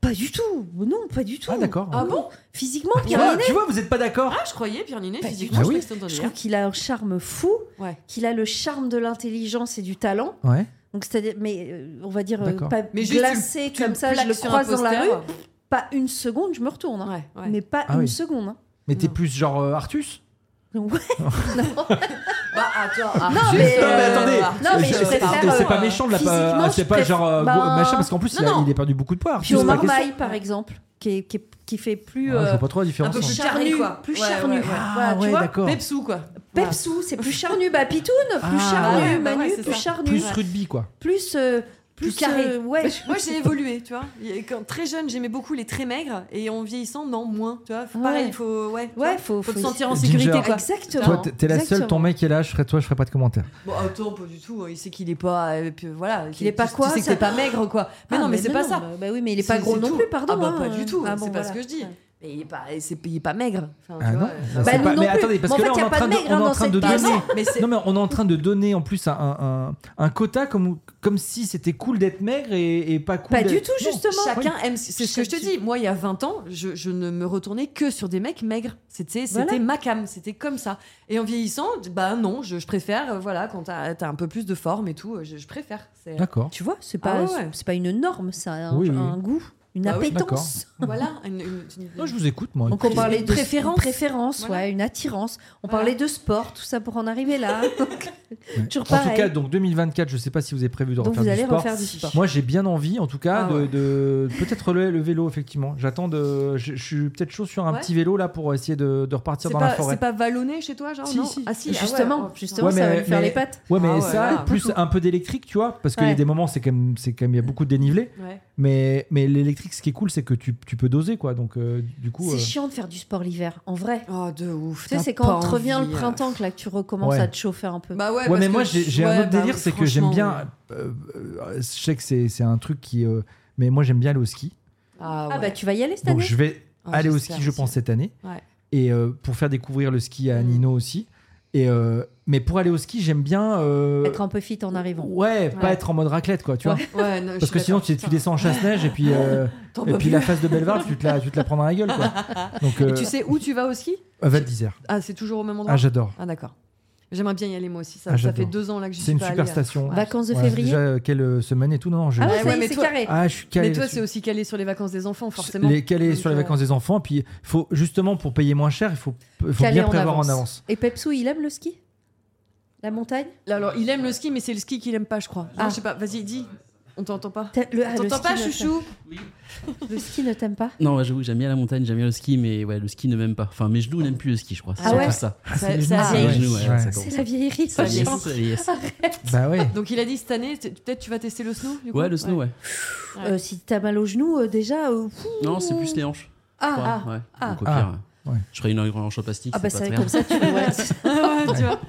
Pas du tout. Non, pas du tout. Ah d'accord. Ah bon Physiquement, tu, Pierre vois, Ninet, tu vois, vous êtes pas d'accord. Ah, je croyais Pierre Ninet Bah, physiquement, bah je oui. croyais que c'était je Antonio. trouve qu'il a un charme fou, Ouais. qu'il a le charme de l'intelligence et du talent. Ouais. Donc c'est-à-dire, mais euh, on va dire euh, D'accord. pas Mais juste, tu le- glacé Tu comme ça, je plaques le sur un croise dans la poster. rue. Pas une seconde, je me retourne. hein. Ouais, ouais. Mais pas Ah une oui. Ah, seconde. hein. Mais t'es Non. plus genre euh, Artus. Donc, ouais. Bah, attends, bah, Non, Non, mais, mais euh, attendez. non, mais Et je c'est- préfère, et C'est euh, pas méchant de la physiquement, part. C'est je pas préfère- genre euh, gros- ben, machin parce qu'en plus non, il a- non. il est perdu beaucoup de poids. Artus, Puis au c'est pas question. Marmaille, par exemple, qui, est- qui, est- qui fait Ouais, plus, Je euh, vois pas trop la différence. un peu hein. plus charnu, charnu, quoi. plus Ouais, charnu. ouais, ouais. Ah Voilà, tu ouais vois, d'accord. Pepsou, quoi. Pepsou, c'est plus charnu. Bah, Pitoun, plus Ah. charnu, Ouais, bah ouais, Manu, c'est plus ça. charnu. Plus Plus, rugby, quoi. plus, euh, plus, Plus carré. euh, ouais. Moi j'ai évolué, tu vois. Et Quand très jeune, j'aimais beaucoup les très maigres et en vieillissant, non, moins. Tu vois, Faut- pareil, Ouais. il faut, ouais, tu Ouais, vois. faut, faut te faut- sentir en Ginger. sécurité. Quoi. Exactement. Toi, t'es t'es la seule, ton Exactement. mec est là, je ferai toi, je ferai pas de commentaire. Bon, attends, pas du tout. hein. Il sait qu'il est pas, et puis euh, voilà, Qu'il est pas tu- tu quoi, sais que ça t'es pas maigre, quoi. Mais Ah, non, mais, c'est pas non, ça. bah- Bah oui, mais il est pas C'est- gros c'est non tout. plus, pardon. Ah bah pas hein. du tout, Ah c'est bon, pas ce voilà. que je dis. Mais il est pas, c'est- il est pas maigre. Enfin, tu Ah non, vois, euh, Non, Bah c'est nous pas- non Mais plus. attendez, parce Mais en que fait, là, on y est a en pas train de de, on maigre, est hein, en dans train de cette- Bah donner. non, mais c'est- non, mais on est en train de donner en plus un, un- un- un quota comme, comme si c'était cool d'être maigre et, et pas cool. Pas d'être- du tout, Non. justement. Chacun aime. C'est ce que je te Chacun- dis. Moi, il y a 20 ans, je, je ne me retournais que sur des mecs maigres. C'était c'était Voilà. ma cam, c'était comme ça. Et en vieillissant, bah non, je, je préfère, euh, voilà, quand t'as as un peu plus de forme et tout, euh, je, je préfère. C'est- D'accord. Tu vois, c'est pas, Ah ouais. c'est pas une norme, ça. Un, Oui, oui. un goût, une Bah oui. appétence. Voilà. Une, une- une- Non, je vous écoute, moi. Donc on parlait Une de préférence. une préférence, Voilà. ouais, une attirance. On Voilà. parlait de sport, tout ça pour en arriver là. Ouais. Toujours En tout pareil. cas, donc 2024, je sais pas si vous avez prévu de Donc refaire vous du allez sport. refaire du sport. Moi, j'ai bien envie, en tout cas, Ah de, ouais. de- peut-être relever le vélo, effectivement. J'attends de. Je, je suis peut-être chaud sur un Ouais. petit vélo là pour essayer de, de repartir C'est dans pas, la forêt. c'est pas vallonné chez toi, genre Si, non si. Ah, si, ah ouais, Justement, oh, putain. justement, Ouais, ça va mais- lui faire mais- les pattes. Ouais, mais Ah ouais, ça, voilà. plus un peu d'électrique, tu vois, parce qu'il y a Ouais. Mm. des moments, c'est quand même, c'est quand même, il y a beaucoup de dénivelé. Ouais. Mais, mais l'électrique, ce qui est cool, c'est que tu, tu peux doser, quoi. Donc, euh, du coup. C'est euh, chiant de faire du sport l'hiver, en vrai. Oh, de ouf. Tu sais, t'as c'est pas quand te revient envie, le euh. printemps que là que tu recommences Ouais. à te chauffer un peu. Bah ouais, Ouais, parce mais que moi, je- j'ai j'ai ouais, un autre bah délire, oui, c'est que j'aime franchement, bien. ouais. euh, euh, je sais que c'est c'est un truc qui. euh, mais moi, j'aime bien aller au ski. Ah, Ah ouais. bah tu vas y aller cette Donc, année je vais Ah, aller au j'espère ski, je aussi. pense, cette année. Ouais. Et euh, pour faire découvrir le ski à Mm. Nino aussi. Et, euh, mais pour aller au ski, j'aime bien. euh, Être un peu fit en arrivant. Ouais, pas Ouais. être en mode raclette, quoi, tu vois. Ouais, non, je Parce suis que sinon, d'accord, tu, tu putain. descends en chasse-neige et puis, euh, T'en et peux puis plus. la face de Bellevar, tu te la, tu te la prends dans la gueule, quoi. Donc, euh, Et tu sais où tu vas au ski à Val d'Isère. Ah, c'est toujours au même endroit Ah, j'adore. Ah d'accord. J'aimerais bien y aller moi aussi. Ah, Ça, ça j'adore. fait deux ans là que je C'est suis une pas super allée. hein. euh. station. Vacances de Ouais, février Déjà, euh, quelle euh, semaine et tout. Non, non, je. Ah ouais, ouais, ça y est, mais c'est toi- carré. Ah, je suis calé. Mais toi, c'est là-dessus. aussi calé sur les vacances des enfants, forcément. Les calés Donc, sur les euh, vacances des enfants, puis faut justement pour payer moins cher, il faut, faut Caler bien en prévoir avance. en avance. Et Pepsou, il aime le ski La montagne Là, alors, il aime le ski, mais c'est le ski qu'il aime pas, je crois. Ah. Non, je sais pas. Vas-y, dis. On t'entend pas. T'as- le- ah, On le t'entend ski pas, ne t'aime- chouchou Le ski ne t'aime Ah pas Non, ouais, j'avoue, que j'aime bien la montagne, j'aime bien le ski, mais ouais, le ski ne m'aime pas. Enfin, mes genoux n'aiment plus le ski, je crois. C'est Ah surtout ouais ça. Ça- les ça Ah, C'est les vieillit. ouais. genoux, ouais, ouais, ça C'est commence. la vieillerie, Ça ça. y est, ça y est. Bah ouais. Donc il a dit cette année, t- peut-être tu vas tester le snow du coup Ouais, le snow, ouais. Euh, si t'as mal au genou, euh, déjà. euh, pfff. Non, c'est plus les hanches. je crois, Ah, ah, ouais. ah. Donc, au Ah, pire, ouais. je ferais une hanche en plastique. ah, bah c'est pas ça, très comme grave. ça, tu vois. Ah ouais, tu vois.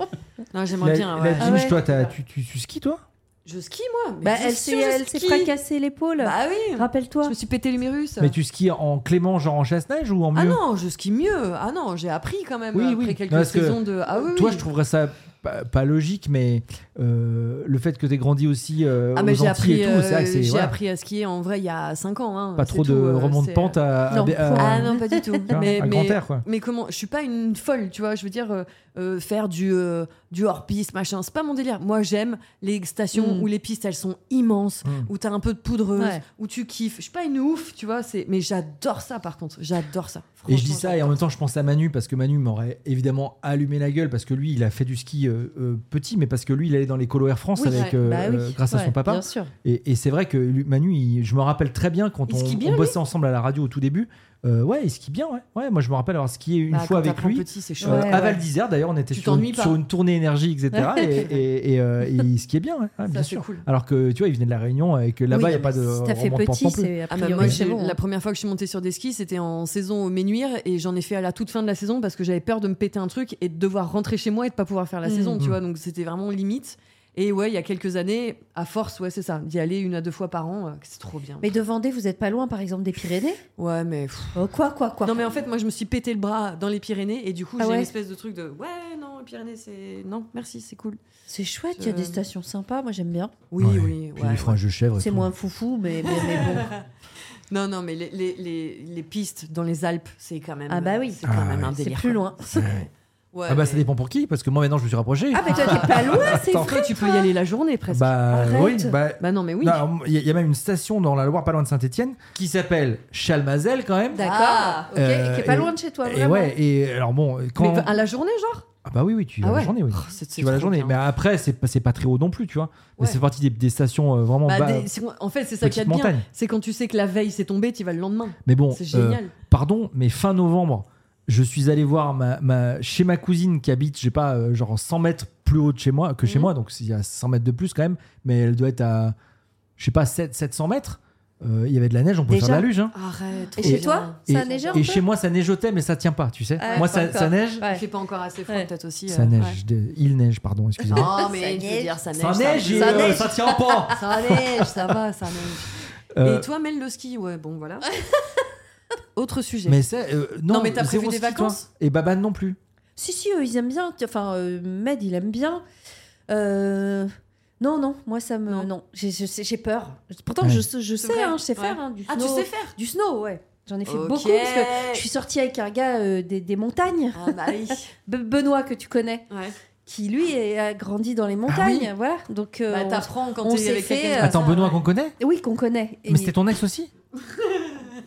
Non, j'aimerais La, bien. la ouais. Ginge, Ah ouais. toi, t'as- tu, tu, tu skis, toi Je skie moi. mais Bah, bien elle sûr, s'est je elle s'est skie. fracassée l'épaule. Bah oui. Je Rappelle-toi. me suis pété l'humérus. Mais tu skis en clément, genre en chasse-neige ou en Ah mieux non, je skie mieux. Ah non, j'ai appris quand même Oui, après oui. quelques Non, parce que saisons de. Ah oui. Toi, oui. je trouverais ça pas, pas logique, mais euh, le fait que t'aies grandi aussi euh, Ah mais aux Antilles j'ai appris, et tout, c'est vrai euh, que c'est j'ai voilà, appris à skier en vrai il y a 5 ans. hein. pas C'est trop de tout, euh, remont de c'est- pente à, à- Non, à- faut- Ah à- non pas du tout. tu vois, mais, à mais, grand air, quoi. mais comment Je suis pas une folle, tu vois. Je veux dire euh, euh, faire du euh, du hors piste machin, c'est pas mon délire. Moi j'aime les stations Hmm. Mm. où les pistes elles sont immenses, Mm. où t'as un peu de poudreuse, Ouais. où tu kiffes. Je suis pas une ouf, tu vois. C'est mais j'adore ça par contre. J'adore ça. Et je Franchement, dis ça et en même temps je pense à Manu parce que Manu m'aurait évidemment allumé la gueule parce que lui il a fait du ski euh, euh, petit mais parce que lui il allait dans les colos Air France Oui, avec ouais. euh, Bah oui, euh, grâce à ouais, son papa Bien sûr. et, et c'est vrai que lui- Manu il- je me rappelle très bien quand Il on, skie bien, on lui bossait ensemble à la radio au tout début Euh, ouais il skie bien ouais. ouais moi je me rappelle avoir skié une Bah, fois quand avec t'apprends lui petit, c'est Euh, chouette. à Val d'Isère, d'ailleurs, on était Tu sur une, t'ennuies pas. sur une tournée énergie, etc. et, et, et, euh, et ce qui est bien, ouais, ouais, bien Ça c'est sûr. cool. Alors que tu vois, il venait de la Réunion et que là-bas, il Oui, n'y a pas de. Si t'as fait remords de pente non petit, plus. c'est. a Ah bah, priori, moi, c'est j'ai- bon. hein. la première fois que je suis montée sur des skis, c'était en saison au Ménuire et j'en ai fait à la toute fin de la saison parce que j'avais peur de me péter un truc et de devoir rentrer chez moi et de pas pouvoir faire la Mm. saison, tu Mm. vois. Donc c'était vraiment limite. Et ouais, il y a quelques années, à force, ouais, c'est ça, d'y aller une à deux fois par an, euh, c'est trop bien. Mais de Vendée, vous êtes pas loin, par exemple, des Pyrénées Ouais, mais pff. Oh, Quoi, quoi, quoi non, mais en fait, moi, je me suis pété le bras dans les Pyrénées et du coup, Ah j'ai ouais. une espèce de truc de ouais, non, les Pyrénées, c'est non, merci, c'est cool. C'est chouette, il y a Je- des stations sympas, moi j'aime bien. Oui, Ouais. oui, Puis ouais, les franges de chèvre. et C'est tout. moins foufou, mais, mais, mais bon. Non, non, mais les, les, les, les pistes dans les Alpes, c'est quand même. Ah bah oui. c'est quand Ah même ouais. un C'est délire. plus loin. quoi. Ouais, Ah bah, ça mais- dépend pour qui, parce que moi, maintenant, je me suis rapproché. Ah, mais toi, t'es Bah, pas loin, c'est Attends. vrai. Toi, tu peux y aller la journée presque. bah, Arrête. oui, bah. Bah non, mais oui. non, alors, Il y, a- il y a même une station dans la Loire, pas loin de Saint-Etienne, qui s'appelle Chalmazel quand même. D'accord. Ah, ok, euh, qui est pas et- loin de chez toi, Et vraiment. ouais, et alors bon, quand. Mais à la journée, genre Ah bah oui, oui, tu y vas Ah la ouais. journée, oui. Oh, c'est- c'est Tu vas la trop journée. bien. Mais après, c'est pas, c'est pas très haut non plus, tu vois. Mais Ouais. c'est partie des, des stations euh, vraiment Bah, bas. des- c'est- En fait, c'est ça qu'il y a de Petite bien. montagne. C'est quand tu sais que la veille, c'est tombé, tu vas le lendemain. Mais bon, C'est euh, génial. pardon, mais fin novembre, je suis allé voir ma, ma- chez ma cousine qui habite, je sais pas, euh, genre 100 mètres plus haut de chez moi, que chez Mhm. moi, donc il y a 100 mètres de plus quand même, mais elle doit être à, je sais pas, 7, 700 mètres. Euh, Il y avait de la neige, on pouvait Déjà faire de la luge. hein. Arrête. Et chez toi Et, Ça a neigé un et peu chez moi, ça neigeotait, mais ça tient pas, tu sais. Ah, moi, pas ça, encore. ça neige, Ouais. Il fait pas encore assez froid, Ouais. peut-être aussi. ça euh, neige. ouais. je- Il neige, pardon, excusez-moi. Non, mais Ça je veux neige. dire, ça neige. Ça neige, et, ça euh, neige. ça tient pas. Ça neige, ça va, ça neige. Euh, Et toi, mêle le ski, ouais, bon, voilà. Autre sujet. mais c'est, euh, non, Non, mais t'as prévu zéro des ski, toi. vacances Et Baban non plus. Si, si, eux, ils aiment bien. Tu- Enfin, euh, Med, il aime bien. Euh, Non, non, moi, ça me. Non. Non, J'ai, je sais- j'ai peur. Pourtant, Ouais. je, sais- je C'est sais, vrai. hein, je sais Ouais. faire hein, du ah, snow. tu sais faire Du snow, ouais. J'en ai fait Ok. beaucoup parce que je suis sortie avec un gars euh, des, des montagnes, Ah, bah oui. Be- Benoît, que tu connais, Ouais. qui lui est- a grandi dans les montagnes. Ah oui. Voilà. Donc, euh, Bah, on- t'apprends quand on t'es s'est avec fait, quelqu'un. euh, comme Attends, Ah, ça, Benoît ouais. qu'on connaît oui, qu'on connaît. Et- Mais c'était ton ex aussi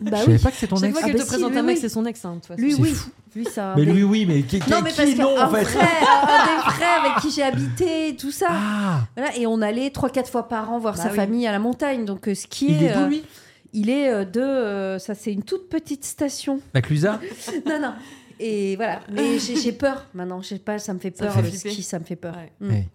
Bah Je savais oui. pas que c'était ton Chaque ex. fois Ah, qu'elle bah te si, présente lui, un mec, oui. c'est son ex, hein, de toute façon. Lui, C'est oui. fou. Lui, c'est un. Mais des- lui, oui, mais qui, Non, mais qui parce qu'un non, en un fait frère, un des frères avec qui j'ai habité, tout ça. Ah Voilà, et on allait 3-4 fois par an voir Bah sa oui. famille à la montagne. Donc, euh, skier. Il est d'où, euh, lui Il est euh, de. euh, ça, c'est une toute petite station. La Clusa non, non. Et voilà. Ah. Mais j'ai j'ai peur maintenant. Je sais pas, ça me fait Ça peur. fait le flipper. ski, ça me fait peur. Ouais. Mm. Ouais.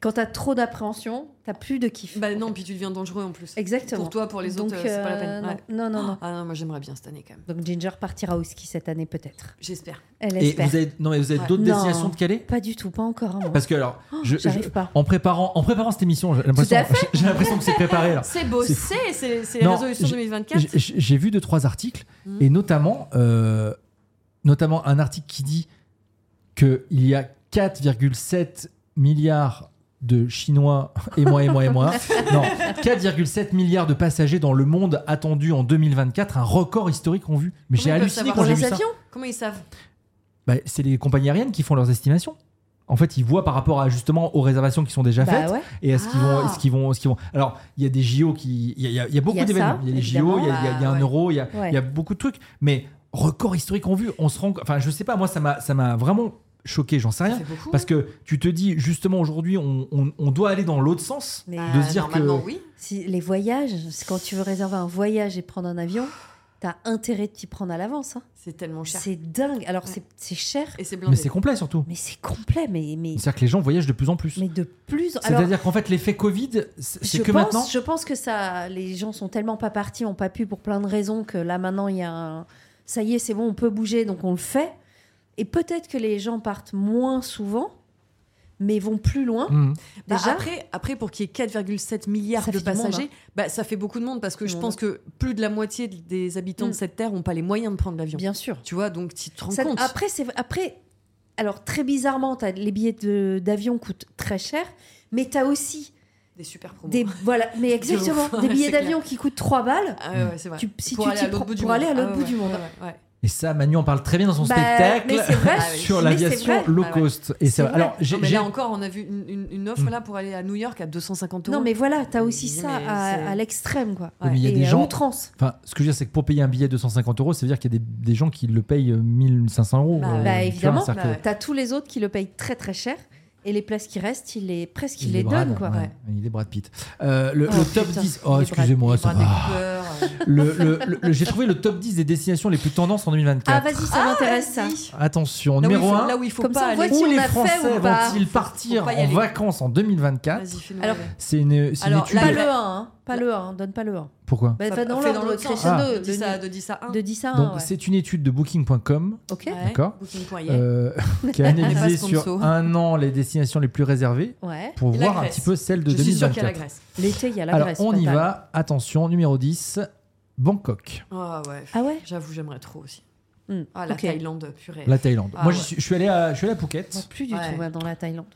Quand t'as trop d'appréhension, t'as plus de kiff. Bah non, puis tu deviens dangereux en plus. Exactement. Pour toi, pour les Donc, autres, euh, c'est pas la euh, peine. non. Non, Ouais. non, non. Ah non, moi j'aimerais bien cette année quand même. Donc Ginger partira au ski cette année peut-être. J'espère. Elle Et espère. vous avez, non, mais vous avez Ouais. d'autres Non. destinations de Calais Pas du tout, pas encore. hein, moi. Parce que, alors, je- je- J'arrive pas. en, préparant, en préparant cette émission, j'ai l'impression, à j'ai- j'ai l'impression que c'est préparé. là. C'est beau, C'est fou. c'est c'est- c'est Non, la résolution j'ai- 2024. J- j- J'ai vu deux, trois articles, Mmh. Mhm. et notamment, euh, notamment un article qui dit qu'il y a 4,7 milliards de Chinois, et moi, et moi, et moi, non, 4,7 milliards de passagers dans le monde attendus en 2024, un record historique qu'on vu. Mais Comment j'ai ils peuvent halluciné savoir quand Pour j'ai vu les ça. avions Comment ils savent Bah, c'est les compagnies aériennes qui font leurs estimations. En fait, ils voient par rapport à justement aux réservations qui sont déjà faites Bah ouais. et à ce qu'ils vont, Ah. ce qu'ils vont, ce qu'ils vont. Alors, il y a des JO qui, il y a- il y a, il y a Il beaucoup y a d'événements. ça, Il y a les JO, il y a, il y a- il y a un évidemment. euro, il y a, Ouais. il y a beaucoup de trucs. Mais record historique qu'on vu, on se rend, enfin, je sais pas, moi, ça m'a, ça m'a vraiment choqué, j'en sais Ça rien, fait hein. beaucoup. parce que tu te dis justement aujourd'hui, on, on- on doit aller dans l'autre sens. Mais euh, Bah, de se dire que- normalement, oui. si, les voyages, c'est quand tu veux réserver un voyage et prendre un avion, t'as intérêt de t'y prendre à l'avance. hein. C'est tellement cher. C'est dingue. Alors Ouais. c'est- c'est cher, Et c'est Mais blindé. c'est complet surtout. mais c'est complet. Mais, mais, C'est-à-dire que les gens voyagent de plus en plus. mais de plus. Alors, C'est-à-dire qu'en fait, l'effet Covid, c'est c'est je que pense, maintenant. je pense que ça, les gens sont tellement pas partis, ont pas pu pour plein de raisons que là maintenant il y a, un- ça y est, c'est bon, on peut bouger, donc on le fait. Et peut-être que les gens partent moins souvent, mais vont plus loin. Mhm. Bah, Déjà. après, après, pour qu'il y ait 4,7 milliards Ça de fait du monde, passagers, bah, ça fait beaucoup de monde parce que Du je monde. pense que plus de la moitié des habitants Mm. de cette terre n'ont pas les moyens de prendre l'avion. Bien sûr. Tu vois, donc tu te rends Ça- compte. après, c'est après. Alors très bizarrement, t'as- les billets de- d'avion coûtent très cher, mais t'as aussi Des super promos. des voilà, mais exactement ouf, des ouais, billets c'est d'avion qui coûtent 3 balles. Ah ouais, ouais, c'est vrai. Tu- si pour tu aller t'y à l'autre prends- bout du pour monde. aller à l'autre Ah ouais, bout du monde. ouais, ouais. Et ça, Manu en parle très bien dans son Bah, spectacle. mais c'est vrai, sur mais c'est l'aviation vrai. low Ah ouais. cost. Et C'est ça, vrai. alors, j'ai- Non, mais j'ai- là encore, on a vu une, une- une offre Mm. là pour aller à New York à 250 euros. Non, mais voilà, t'as aussi Mais ça c'est- à, à l'extrême, quoi. Oui, mais il y a Et des à gens- outrance. enfin, ce que je veux dire, c'est que pour payer un billet de 250 euros, ça veut dire qu'il y a des, des gens qui le payent euh, 1500 euros. Bah, euh, bah, tu vois, évidemment. c'est-à-dire Bah, que- T'as tous les autres qui le payent très très cher et les places qui restent, il les presque il, il les est Brad, donne quoi. ouais. Il est Brad Pitt. Euh, le, Oh, le top 10. putain, il est Oh, Brad- excusez-moi, ça Bradley va. Cooper, euh, Le- le- le- le- J'ai trouvé le top 10 des destinations les plus tendances en 2024. Ah vas-y, ça m'intéresse ça. vas-y. Attention, Là où il numéro faut- 1. Là où il faut Comme pas ça, on voit aller. si Où les a fait Français vont-ils ou pas Faut- faut partir pas y en aller. vacances en 2024 Vas-y, fais-nous Alors, rêver. C'est une, c'est une Alors, étude. là, Pas le- le 1, hein. pas le 1, donne pas le 1. Pourquoi Bah, va dans Fais l'ordre l'autre sens. Ah, crescendo De de, 10 à- de 10 à 1. de 10 à 1. Donc, ouais. c'est une étude de Booking.com. OK Ouais. D'accord. Booking.ie. euh, qui a On analysé est pas sponsor. sur un an les destinations les plus réservées Ouais. pour Et la voir un Grèce. petit peu celle de Je suis sûre qu'il y a la 2024. Grèce. L'été, il y a la Alors Grèce. on pas y mal. va, attention, numéro 10, Bangkok, Ah ouais. Ah ouais J'avoue, j'aimerais trop aussi. Hmm, Ah, la ok. Thaïlande, purée. la Thaïlande. Ah Moi j'y ouais. suis, je suis allé à, je suis allé à Non, Phuket, plus du Ouais. tout ouais, dans la Thaïlande.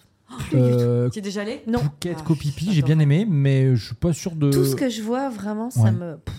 euh, Tu es déjà allé Non. Phuket, Ah, Koh Phi Phi, j'adore. j'ai bien aimé, mais je suis pas sûr de Tout ce que je vois vraiment ça ouais. me Pff,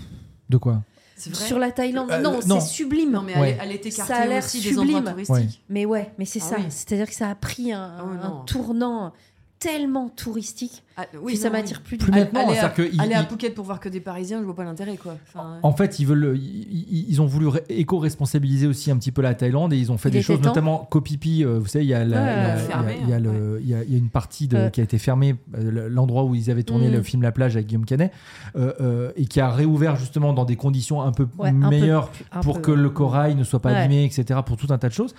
de quoi. C'est vrai. sur la Thaïlande. Euh, non, non. c'est sublime. Non, mais Ouais. elle, elle est écartée Ça a l'air aussi des sublime. endroits touristiques. Mais ouais, mais c'est Ah ça. oui. C'est-à-dire que ça a pris un, Ah oui, un non. tournant tellement touristique Ah, que oui, ça non, oui. m'attire plus du Plus tout. nettement, aller, à, c'est-à-dire que ils- aller à ils- Phuket pour voir que des Parisiens, je vois pas l'intérêt quoi. Enfin, En fait, ils veulent, ils, ils ont voulu ré- éco-responsabiliser aussi un petit peu la Thaïlande et ils ont fait Il des était choses, temps. notamment Kopipi. euh, Vous savez, il y a la- Ouais, la- ouais, il y a- fermé, il y a le- il y a- il y a une partie de- Euh. qui a été fermée, euh, l'endroit où ils avaient tourné Mm. le film La plage avec Guillaume Canet, euh, euh, et qui a réouvert justement dans des conditions un peu Ouais, un peu meilleures plus- un pour peu- que le corail ne soit pas Ouais. abîmé, etc. Pour tout un tas de choses.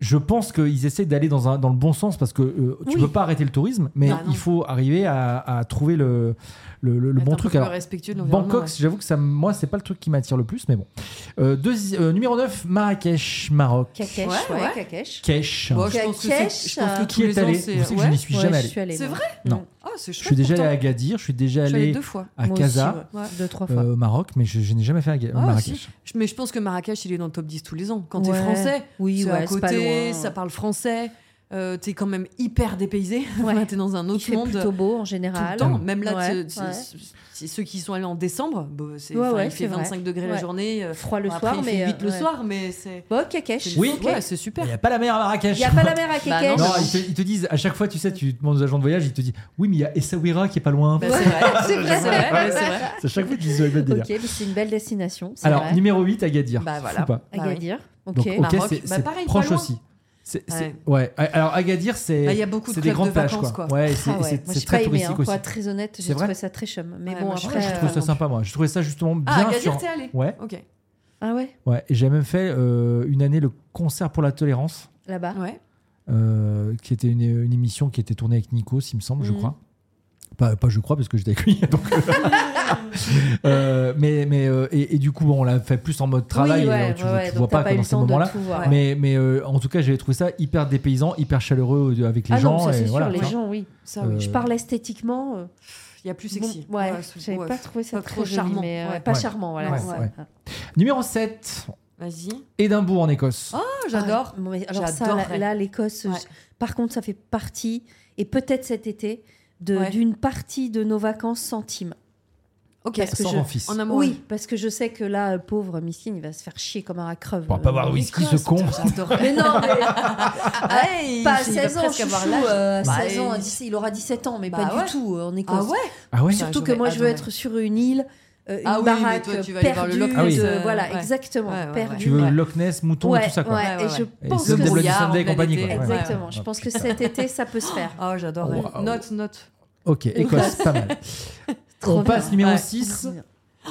Je pense qu'ils essaient d'aller dans, un- dans le bon sens parce que euh, tu Oui. peux pas arrêter le tourisme, mais Non, non. il faut arriver à, à trouver le, le- le- le être un bon peu truc. plus Alors, respectueux de l'environnement, Bangkok, ouais. j'avoue que ça, moi, c'est pas le truc qui m'attire le plus, mais bon. Euh, deuxi- euh, numéro 9, Marrakech, Maroc. Cacache, Ouais, ouais, ouais. Cacache. Cache. Bah, Bon, Bah, je pense que c'est- je pense que Cacache, tous qui les est ans, allé c'est- Vous savez que je ouais. n'y suis Ouais, jamais je allé. suis allée. C'est moi. vrai Non. Ah, c'est Je suis déjà allé à à Agadir, je suis déjà Je suis allée allé deux fois. à Moi Casa, aussi, ouais. Deux, trois fois. euh, au Maroc, mais je, je n'ai jamais fait Aga- Ah, Marrakech. si. Je- Mais je pense que Marrakech, il est dans le top 10 tous les ans. Quand Ouais. t'es français, Oui, c'est ouais, à c'est pas côté, loin. ça parle français, euh, t'es quand même hyper dépaysé. Ouais. t'es dans un Il autre fait monde plutôt beau en tout le général. temps. Même là, Ouais, c'est- c'est- ouais. c'est ceux qui sont allés en décembre, bah, c'est- Ouais, enfin, ouais, il c'est fait vrai. 25 degrés la Ouais. journée. euh, Froid le bon, soir, après, il mais. fait 8 euh, le ouais. soir, mais c'est. Bon, Cacache. Oui. Ok. ouais, c'est Il super. n'y a pas la mer à Il Marrakech. n'y a pas la mer à Cacache. Non, ils, te, ils te disent, à chaque fois, tu sais, tu demandes aux agents de voyage, ils te disent, oui, mais il y a Essaouira qui est pas loin. Bah, c'est vrai, C'est vrai. ouais, c'est vrai. C'est à chaque fois, tu dis, ouais, le délire. Ok, mais c'est une belle destination. c'est Alors, vrai. numéro 8, Agadir. Bah, Fou voilà. pas. Bah oui. Agadir. Ok. Donc, ok, Maroc, c'est bah, c'est pareil, pas proche loin. aussi. C'est- c'est- Ouais. Ouais. Alors Agadir, c'est Bah, il y a beaucoup de c'est des clubs de grandes plages, vacances, quoi. quoi. Ouais, et c'est Ah ouais, c'est- moi c'est j'ai très pas aimé, hein, touristique pour aussi. être très honnête, C'est j'ai vrai trouvé ça très chum. Mais Ouais, bon, moi, après. pas Je trouve ça euh, sympa, moi. Je trouvais ça justement bien Ah, sur- Agadir, t'es allé Ouais, Ok. Ah ouais, ouais. Et J'ai même fait euh, une année le concert pour la tolérance, là-bas. Ouais. euh, qui était une, une émission qui était tournée avec Nico, il me semble, je Mhm. crois. Pas, pas je crois parce que j'étais avec lui. donc, euh, mais mais euh, et, et du coup, bon, on l'a fait plus en mode travail. oui, et, ouais, euh, tu ouais, tu ouais, vois donc t'as pas, pas que eu dans le ces temps moments-là. de tout voir. Mais, mais euh, en tout cas, j'avais trouvé ça hyper dépaysant, hyper chaleureux euh, avec les ah gens. non, ça et c'est voilà, sûr, tu vois. les gens, oui. Ça, Euh, oui. Je parle esthétiquement. euh, Il y a plus sexy. bon, ouais, c'est- j'avais ouais. pas trouvé ça pas très trop joli, charmant, mais euh, ouais. pas Ouais. charmant, voilà. Ouais, ouais. ouais. Numéro 7, Vas-y. Édimbourg en Écosse. Ah, j'adore. Ah, bon, mais alors ça, J'adorerais. là, là, l'Écosse, Ouais. je- par contre, ça fait partie, et peut-être cet été, de- Ouais. d'une partie de nos vacances centimes. Ah, Ok. Parce que Sans je- mon fils. En amour. Oui, parce que je sais que là, euh, pauvre Missine, il va se faire chier comme un creuve. On va pas boire de whisky, ce con. Mais non, mais Ah, pas Ouais, à il- il va 16 ans, presque chouchou, avoir l'âge. euh, à Bah, 16 ans, et- à 10, il aura 17 ans, mais Bah pas ouais. du tout euh, en Écosse. Ah ouais Ah ouais Surtout Ouais, que moi, je veux j'aurais être sur une île, euh, une Ah oui, mais toi, baraque tu vas aller voir perdue, le Loch Ness, de- euh, voilà, ouais. exactement, Ouais, ouais, ouais. perdue. Tu veux Ouais. Loch Ness, mouton ouais, et tout ça, quoi. ouais, Ouais, et ouais, je ouais. Et pense Slum que des Bloody c'est- brouillard, Sunday et en plein compagnie, été. quoi. Ouais. Exactement, je Ouais. pense que cet été, ça peut se faire. Ah, j'adore. Waouh. Note, note. Ok, Écosse, pas mal. Trop On bien. passe numéro Ouais. 6,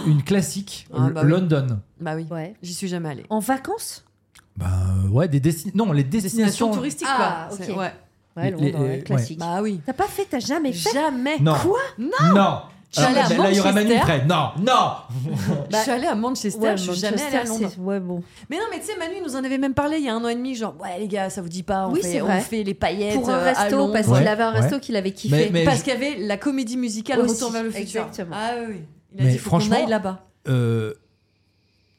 une classique, Ah, bah oui. London. Bah oui. Ouais. J'y suis jamais allée. En vacances Bah ouais, des destinations. Non, les Destination destinations. touristique, Ah, quoi. ok. C'est- Ouais. Ouais, Les- Londres, les- ouais, ouais. classique. Bah oui. T'as pas fait, t'as jamais fait Jamais. Non. Quoi Non, Je suis Ah, allée à là, là, il y aura Manu Manchester. près. Non, non je suis allée à Manchester, Ouais, je suis Manchester, jamais allée à Londres. c'est- Ouais, bon. Mais non, mais tu sais, Manu nous en avait même parlé il y a un an et demi, genre, ouais, les gars, ça vous dit pas, on, Oui, c'est fait, on vrai. fait les paillettes Pour un euh, à resto, Londres. parce Ouais, qu'il avait un ouais. resto qu'il avait kiffé. mais- Parce qu'il y avait la comédie musicale Aussi, Retour vers le futur. exactement. Ah oui, oui. Il a Mais dit, faut qu'on franchement, aille là-bas. Euh,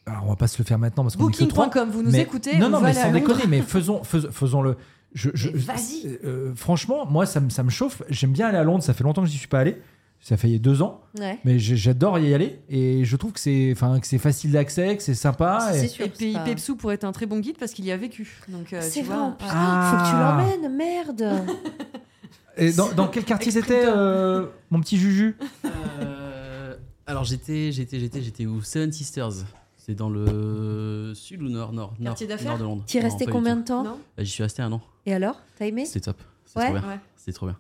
Alors on va pas se le faire maintenant parce qu'on est que trois. Booking.com, vous nous Mais- écoutez Non, on non, va mais aller à sans Londres. déconner, mais faisons, faisons, le. Je, je- Mais vas-y. euh, franchement, moi, ça me, ça me chauffe. J'aime bien aller à Londres. Ça fait longtemps que j'y suis pas allé. Ça fait deux ans, Ouais. mais j'ai- j'adore y aller et je trouve que c'est, enfin, que c'est facile d'accès, que c'est sympa. C'est et- sûr. Et puis c'est pas- Pepsou pourrait être un très bon guide parce qu'il y a vécu. Donc, euh, C'est tu vrai, vois, en ouais. plus. Ah. Faut que tu l'emmènes, merde. Et dans, dans quel quartier c'était, euh, mon petit Juju Euh, alors j'étais, j'étais, j'étais, j'étais où Seven Sisters. C'est dans le sud ou nord, nord, nord, Quartier d'affaires nord de Londres. T'y Non, restais pas du combien tout. de temps Non Bah, J'y suis resté un an. Et alors T'as aimé C'était top. C'est Ouais. trop bien. Ouais. C'était trop bien.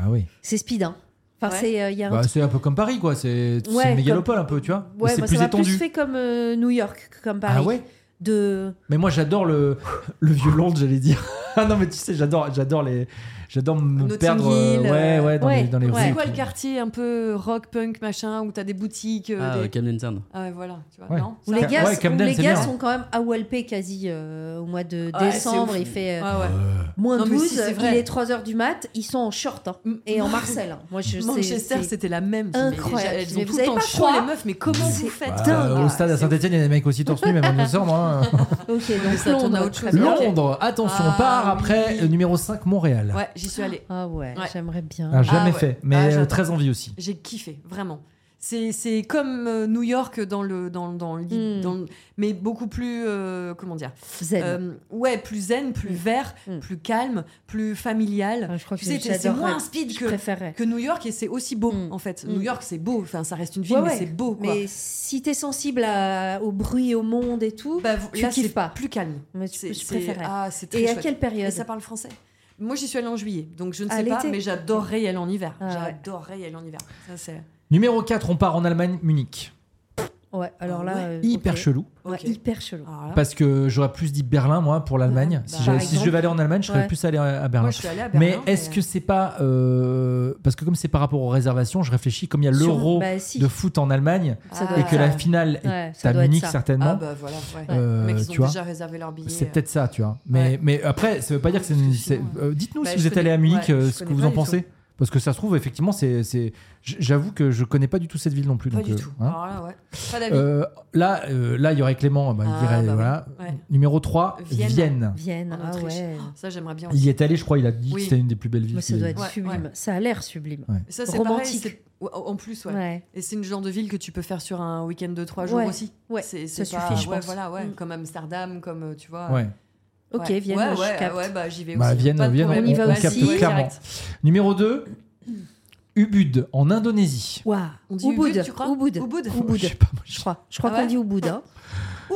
Ah oui. C'est speed, hein. Enfin, Ouais. c'est. euh, il y a un Bah, truc- c'est un peu comme Paris, quoi. C'est, c'est Ouais, une mégalopole un peu, tu vois. Mais Ouais, c'est moi, plus ça m'a étendu. plus fait comme euh, New York que comme Paris. ah ouais. De. Mais moi, j'adore le le vieux Londres, j'allais dire. Ah non, mais tu sais, j'adore, j'adore les, j'adore me Notting perdre. euh, Hill, ouais, ouais, dans ouais, les, dans les ouais. rues. C'est quoi le quartier un peu rock, punk, machin, où t'as des boutiques euh, Ah, des- euh, Camden Town. Ah ouais, voilà, tu vois. Ouais. Non, Où ça- les gars, Ouais, où Camden, les c'est gars bien. sont quand même à Walpé quasi euh, au mois de Ouais, décembre. c'est Il ouf. fait euh, Ah ouais. moins Non, mais 12, si, c'est il vrai. est 3h du mat, ils sont en short hein. Mm. et en Marcel. hein. Moi, je sais- Manchester, c'est- c'était la même. Incroyable. Mais Elles Mais ont vous tout le avez temps pas chaud, froid les meufs, mais comment vous faites Ah, Bah, dingue au stade à Saint-Etienne, il y a des mecs aussi torse nu, même en décembre. hein. Ok, Mais donc ça tourne à Londres, autre très chose. bien. Londres. Londres, attention, on Ah, part oui. après euh, numéro 5, Montréal. Ouais, j'y suis allée. Ah ouais, Ouais. j'aimerais bien. Ah, jamais Ah ouais. fait, mais Ah, euh, j'adore. très envie aussi. J'ai kiffé, vraiment. C'est c'est comme euh, New York dans le dans dans, le- Mm. dans le- mais beaucoup plus euh, comment dire Zen. Euh, ouais plus zen plus Mm. vert Mm. plus calme plus familial Enfin, Ah, je crois que tu sais, c'est- c'est j'adorerais. moins speed Je que- préférerais. que New York et c'est aussi beau Mm. en fait Mm. New York c'est beau enfin ça reste une ville Ouais, mais ouais. c'est beau quoi Mais si t'es sensible à- au bruit, au monde et tout, Bah, vous- tu là, kiffes c'est pas. plus calme mais tu- C'est- je c'est- préférerais. ah c'est très et à chouette. quelle et période ça parle français moi j'y suis allée en juillet donc je ne À sais pas l'été. mais j'adorerais y aller en hiver Ah, ouais. j'adorerais y aller en hiver ça c'est Numéro 4, on part en Allemagne, Munich. Ouais, alors là, Ouais. euh, Ah Hyper ok. chelou. Ah, Ouais, Ok. Hyper chelou. Alors là, Parce que j'aurais plus dit Berlin, moi, pour l'Allemagne. Ouais, si, bah, j'avais- par si je exemple. devais aller en Allemagne, je serais Ouais. plus allé à, à Berlin. moi je suis allée à Berlin mais est-ce et- que c'est pas. euh, parce que comme c'est par rapport aux réservations, je réfléchis, comme il y a Sur- l'euro bah, si. de foot en Allemagne Ça Ah. doit et être que la ça. finale est Ouais, ça à doit être Munich, ça. certainement. ah bah voilà ouais. Euh, les mecs ils tu ont vois, déjà réservé euh, leur billet C'est peut-être ça, tu vois. Mais, Ouais. mais après, ça veut pas dire que c'est. une- Parce que c'est- sinon, euh, Dites-nous Bah, si je vous êtes allé connais- à Munich, ouais, euh, je ce que connais vous pas en du pensez. Parce que ça se trouve, effectivement, c'est. c'est- j- J'avoue que je connais pas du tout cette ville non plus. pas donc, du euh, tout hein. alors là ouais pas d'avis Euh, là, euh, là, il y aurait Clément, bah, Ah, il dirait bah oui. voilà. Ouais. Numéro 3, Vienne. Vienne. Vienne, En ah Autriche. ouais. Oh, ça j'aimerais bien Il y est allé, je crois, il a dit Oui. que c'était une des plus belles villes. Mais ça qu'il doit ait- être Ouais, sublime. Ça a l'air sublime. Ça, c'est Romantique. pareil, c'est- ouais, En plus, ouais. Ouais. Et c'est une genre de ville que tu peux faire sur un week-end de trois jours Ouais, aussi. ouais, C'est, ça c'est pas- suffit, je ouais, pense. Voilà, ouais, Mm. Comme Amsterdam, comme euh, tu vois. Ouais. Ok, Ouais. Vienne, ouais, je ouais, capte. ouais, bah, j'y vais Bah, aussi. Vienne, Pas de Vienne, problème. on y va Vas-y, aussi. direct. clairement. Numéro 2, Ubud, en Indonésie. Waouh. On dit Ubud, tu crois Ubud. Ubud. Je Ubud. sais pas, moi, Je crois, je crois Ah qu'on ouais dit Ubud. Hein.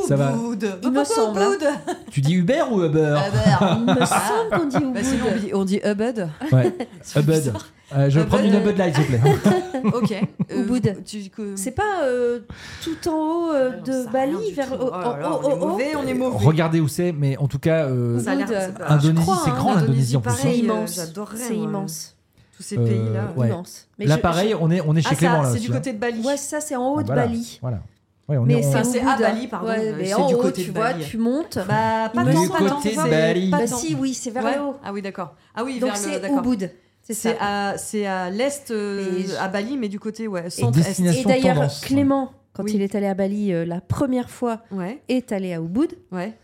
Ça va. Ubud. Il me semble, hein. Ubud. je- Tu dis Uber ou Uber Ah, bah, Il me semble qu'on dit Ubud. bah, sinon, on dit- Ah, on dit Ubud. Ouais, C'est Ubud. bizarre. Euh, je vais Ubud, prendre une euh, Ubud Light, s'il te plaît. Ok. Euh, Ubud. tu- que- C'est pas euh, tout en haut euh, Ah, j'en sais de rien Bali du vers tout. oh, Oh là là, oh, on est oh, oh. mauvais, on est mauvais. Regardez où c'est, mais en tout cas, euh, Ça a l'air- Ubud. c'est pas- Indonésie, Je crois, c'est hein, grand l'Indonésie en plus. hein. Indonésie, pareil, C'est euh, immense. j'adorerais, C'est moi. immense. Tous ces Euh, pays-là. ouais. immense. Mais Là, je- pareil, on est, on est chez Ah, Clément. ça, là, c'est aussi, du hein. côté de Bali. je- ouais, ça c'est en haut Ah, de voilà, Bali. Voilà. Ouais, on Mais est, on- ça, au c'est bout à de- Bali, pardon. Ouais, Euh, mais c'est en du haut, côté tu de vois, Bali. tu montes. Bah, pas Du tant, pas tant, côté de pas tant. Bali. Pas Bah tant. si, oui, c'est vers Ouais. le haut. Ah oui, d'accord. Ah oui, Donc vers le- c'est d'accord. Ubud. C'est C'est ça. à, c'est à l'est, euh, Et je- à Bali, mais du côté ouais, centre-est. destination Et d'ailleurs, tendance. Clément, quand Oui. il est allé à Bali euh, la première fois, Ouais, est allé à Ubud. ouais.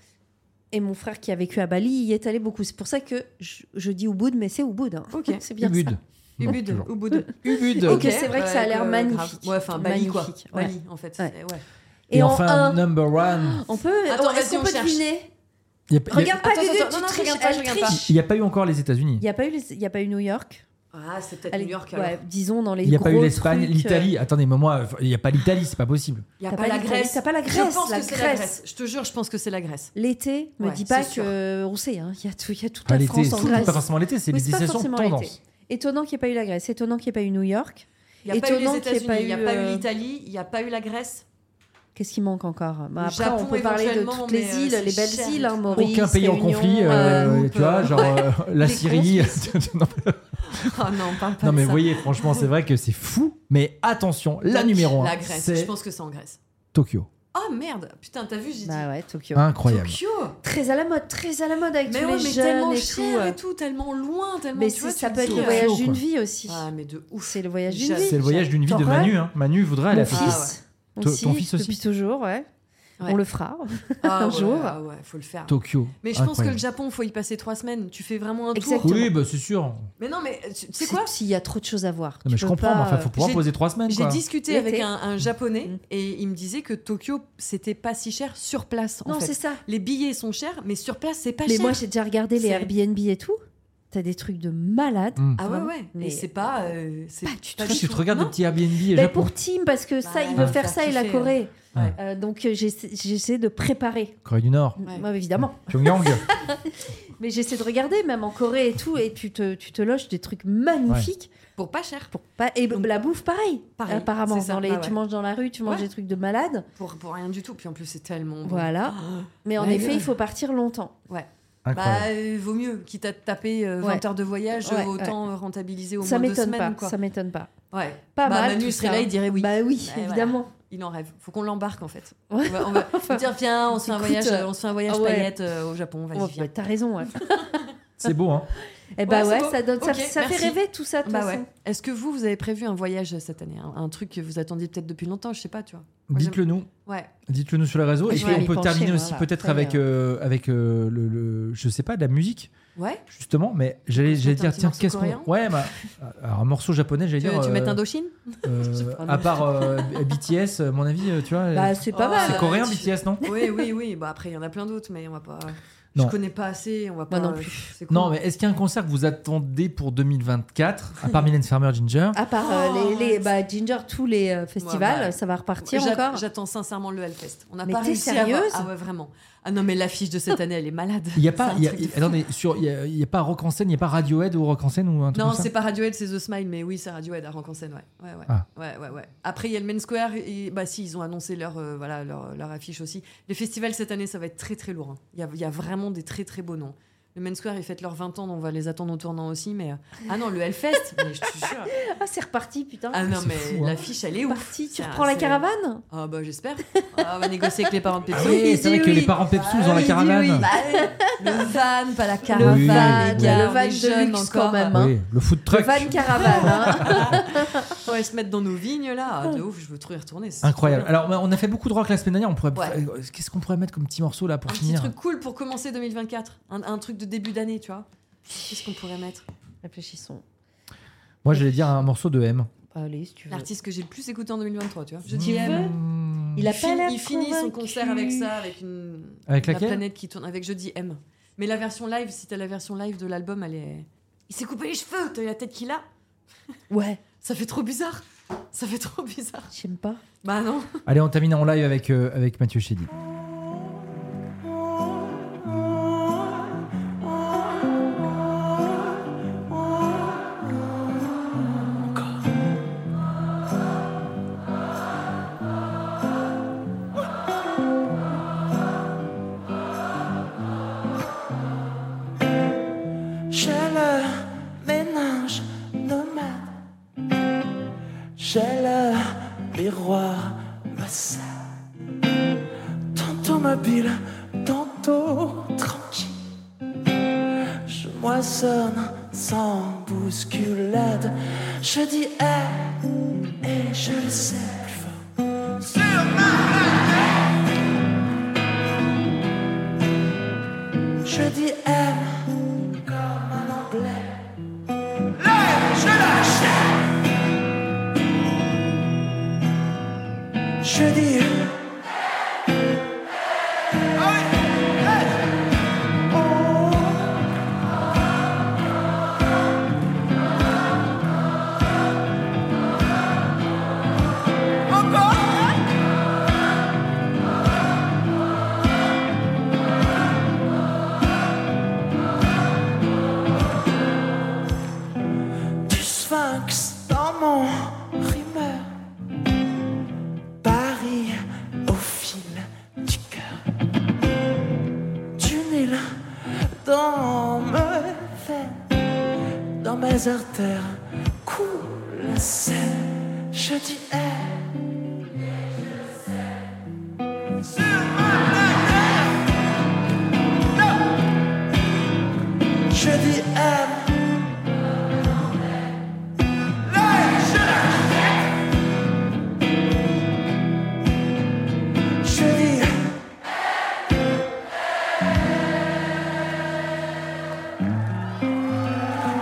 Et mon frère qui a vécu à Bali y est allé beaucoup. C'est pour ça que je, je dis Ubud, mais c'est Ubud. hein. Ok. c'est bien Ubud. ça. Bon, Ubud, toujours. Ubud. Ubud. Ok, c'est vrai que ouais, ça a l'air euh, magnifique. grave. Ouais, enfin, Bali, quoi. Magnifique, ouais. Bali, en fait. Ouais. c'est- ouais. Et, en enfin, un, number one. on peut. Attends, Est-ce vas-y, qu'on on peut cherche. deviner Il n'y a, Regarde pas, Attends, Gugu, attends, tu non, non, je triches, regarde pas, elle je regarde triche. pas. il y a pas eu encore les États-Unis. Il n'y a pas eu, les- il y a pas eu New York. Ah, c'est peut-être Allez, New York. alors. ouais, disons dans les. Il n'y a pas eu gros l'Espagne, trucs, euh, l'Italie. Attendez, mais moi, il n'y a pas l'Italie, c'est pas possible. Il n'y a T'as pas, pas la l'Italie, Grèce. t'as pas la Je Grèce, pense la que c'est la Grèce. Grèce. Je te jure, je pense que c'est la Grèce. L'été, me Ouais, dis pas c'est sûr. que on sait, hein, il y a tout, il y a toute Pas la l'été, France en c'est Grèce. pas forcément l'été, c'est Oui, les c'est pas destinations forcément tendance. Étonnant qu'il n'y ait pas eu la Grèce. Étonnant qu'il n'y ait pas eu New York. Il n'y a pas eu Étonnant les qu'il y ait États-Unis, pas il n'y a eu, pas euh, eu l'italie il n'y a pas eu la Grèce. Qu'est-ce qui manque encore Bah, Le Après, Japon, on peut parler de éventuellement, toutes mais, les euh, îles, c'est les belles cher. îles, hein, Maurice, Aucun pays en Réunion, conflit, euh, euh, Guadeloupe, tu vois, genre euh, la Les Syrie. non, Ah non, on parle pas non, de mais ça. vous voyez, franchement, c'est vrai que c'est fou. Mais attention, la Donc, numéro 1, La Grèce. Je c'est pense que c'est en Grèce. Tokyo. Oh merde. Putain, t'as vu, j'ai dit. Bah ouais, Tokyo. Incroyable. Tokyo. Très à la mode, très à la mode avec Mais tous ouais, les mais jeunes tellement et tout. cher euh. et tout, tellement loin, tellement. Mais tu c'est- vois, tu ça te peut être dis, le euh, voyage chaud, d'une quoi. vie aussi. Ah, mais de ouf. C'est le voyage d'une J'adore. vie. C'est le voyage d'une vie de T'auras Manu. Hein. Manu voudrait aller Mon à fils, Tokyo. Ah mon Ton- ton fils aussi Depuis toujours, ouais. Ouais. On le fera. Ah Un ouais, jour. ah ouais, faut le faire. Tokyo. Mais je pense que le Japon, faut y passer trois semaines. Tu fais vraiment un tour. Exactement. Oui, bah, c'est sûr. Non, Mais non, mais tu tu sais quoi S'il y a trop de choses à voir. mais tu je peux comprends, pas, mais enfin, faut euh, pouvoir j'ai- poser trois semaines. J'ai quoi. discuté L'été. avec un, un japonais Mm. et il me disait que Tokyo, c'était pas si cher sur place. en Non, fait. c'est ça. Les billets sont chers, mais sur place, c'est pas Mais cher. moi, j'ai déjà regardé les C'est- Airbnb et tout. T'as des trucs de malade. Mm. ah ouais, vraiment, ouais. Mais mais- c'est pas. euh, c'est Pas du pas tout. Toi, du tu te tout. regardes Non. le petit Airbnb et Ben, Japon. pour Tim, parce que Bah, ça, il il veut va faire faire ça et la kiffer, Corée. Ouais. Euh, donc, euh, j'essa- j'essaie de préparer. Corée du Nord. Ouais. Moi, évidemment. Pyongyang. Bah, Mais j'essaie de regarder, même en Corée et tout. Et tu te, tu te loges des trucs magnifiques. Pour pas cher. Pour pas... Et Donc, la bouffe, pareil. pareil, apparemment, c'est ça. dans les... Ah ouais. tu manges dans la rue, tu manges Ouais. des trucs de malade. Pour, pour rien du tout. Puis en plus, c'est tellement. bon. Ah. Voilà. Mais en Ouais. effet, il faut partir longtemps. Incroyable. Bah, euh, vaut mieux, quitte à te taper euh, 20 Ouais. heures de voyage, Ouais, autant euh, rentabiliser au ça moins deux m'étonne pas. semaines. Quoi. Ça m'étonne pas. Ouais. Pas bah, mal. Manu tout serait ça. là, il dirait oui. Bah oui, Ouais, évidemment. Il en rêve. Faut qu'on l'embarque en fait. On Ouais. va, on va- faut dire viens, on se fait un Écoute, voyage, euh, on se fait un voyage ah ouais. paillette euh, au Japon. Vas-y Oh, viens. bah, T'as raison. ouais. C'est beau, hein. Eh bah Ouais, c'est ouais, beau. ça, donne, ça- Ok, ça, fait merci. rêver tout ça, de toute Bah façon. ouais. Est-ce que vous, vous avez prévu un voyage cette année un, un truc que vous attendiez peut-être depuis longtemps, je sais pas, tu vois. Moi, j'aime- Dites-le nous. Ouais. Dites-le nous sur les réseaux. Je Et vais puis on m'y peut pencher, terminer moi, aussi là. peut-être Très avec, bien. euh, avec euh, le, le- je sais pas, de la musique, Ouais. justement. Mais j'allais Chanter j'allais un dire, petit tiens, morceau qu'est-ce coréen qu'on. Ouais, bah, alors, un morceau japonais, j'allais Tu, dire. tu euh, mets un Doshin euh, Je sais pas, à mais- part euh, BTS, euh, mon avis, euh, tu vois. Bah, c'est pas Oh, mal. c'est coréen, tu- BTS, non Oui, oui, oui. Bah après, il y en a plein d'autres, mais on va pas. Non. Je connais pas assez, on va pas. euh, Moi non plus. Non, mais est-ce qu'il y a un concert que vous attendez pour 2024, à part Mylène Farmer Ginger À part Oh, euh, les, les- bah, Ginger, tous les euh, festivals, bah, ça va repartir J'a- encore. J'attends sincèrement le Hellfest. On n'a Mais pas t'es réussi à voir- sérieuse Ah ouais, vraiment. Ah non, mais l'affiche de cette année, elle est malade. Il n'y a pas. C'est un il y a- truc de fou. attendez, sur- il y a, il y a pas Rock en scène, il n'y a pas Radiohead ou Rock en scène ou un truc Non, comme ça c'est pas Radiohead, c'est The Smile, mais oui, c'est Radiohead à Rock en scène, ouais. Ouais, ouais. Ah. ouais, ouais, ouais. Après, il y a le Main Square, et bah si, ils ont annoncé leur, euh, voilà, leur, leur affiche aussi. Les festivals cette année, ça va être très très lourd. hein. Il y a, il y a vraiment des très très beaux noms. Le Main Square, ils fêtent leurs 20 ans, donc on va les attendre au tournant aussi, mais. euh, Ah non, le Hellfest, mais je te jure. Ah, c'est reparti, putain. Ah non, C'est mais fou, hein. l'affiche, elle est c'est ouf. parti. Tu C'est- reprends la c'est- caravane Ah bah j'espère. Ah, on va négocier avec les parents de Ah Pepsi. oui, c'est vrai que oui. les parents Pepsi, ils ont Ah, la il dit caravane. oui. Bah, le van, pas la caravane. Oui, les oui. gars, Le van on est de jeunes luxe, encore. quand même. Ah hein. Oui, le food truck. Van caravane, hein. On va se mettre dans nos vignes là. Ah, de ouf, je veux trop y retourner. c'est Incroyable. trop bien. Alors, on a fait beaucoup de rock la semaine dernière. On pourrait... Ouais. euh, Qu'est-ce qu'on pourrait mettre comme petit morceau là pour Un petit finir truc cool pour commencer 2024. Un, un truc de début d'année, tu vois. Qu'est-ce qu'on pourrait mettre Réfléchissons. Moi, j'allais dire un morceau de M. Bah, Allez, si tu veux. L'artiste que j'ai le plus écouté en 2023, tu vois. Tu dis M. veux Mmh. Il a Il pas fin- l'air Il finit son convaincu. concert avec ça, avec une. Avec la laquelle planète qui tourne. Avec Jeudi M. Mais la version live, si t'as la version live de l'album, elle est. Il s'est coupé les cheveux, t'as eu la tête qu'il a. Ouais, Ça fait trop bizarre. Ça fait trop bizarre. j'aime pas. Bah non. Allez, on termine en live avec, euh, avec Mathieu Chédy. Je le ménage nomade. J'ai le miroir massage. Tantôt mobile, tantôt tranquille. Je moissonne sans bousculade. Je dis eh et je le sais plus fort. Je dis aime comme un anglais. Lève, je lâche. Je dis. Ah oui, hey. Oh. Encore. du sphinx dans mon rimeur. Paris au fil du cœur. Du Nil dans mes veines, dans mes artères coule la Seine. Je dis eh. Sur ma planète. Non. Je dis eh. aime. Je dis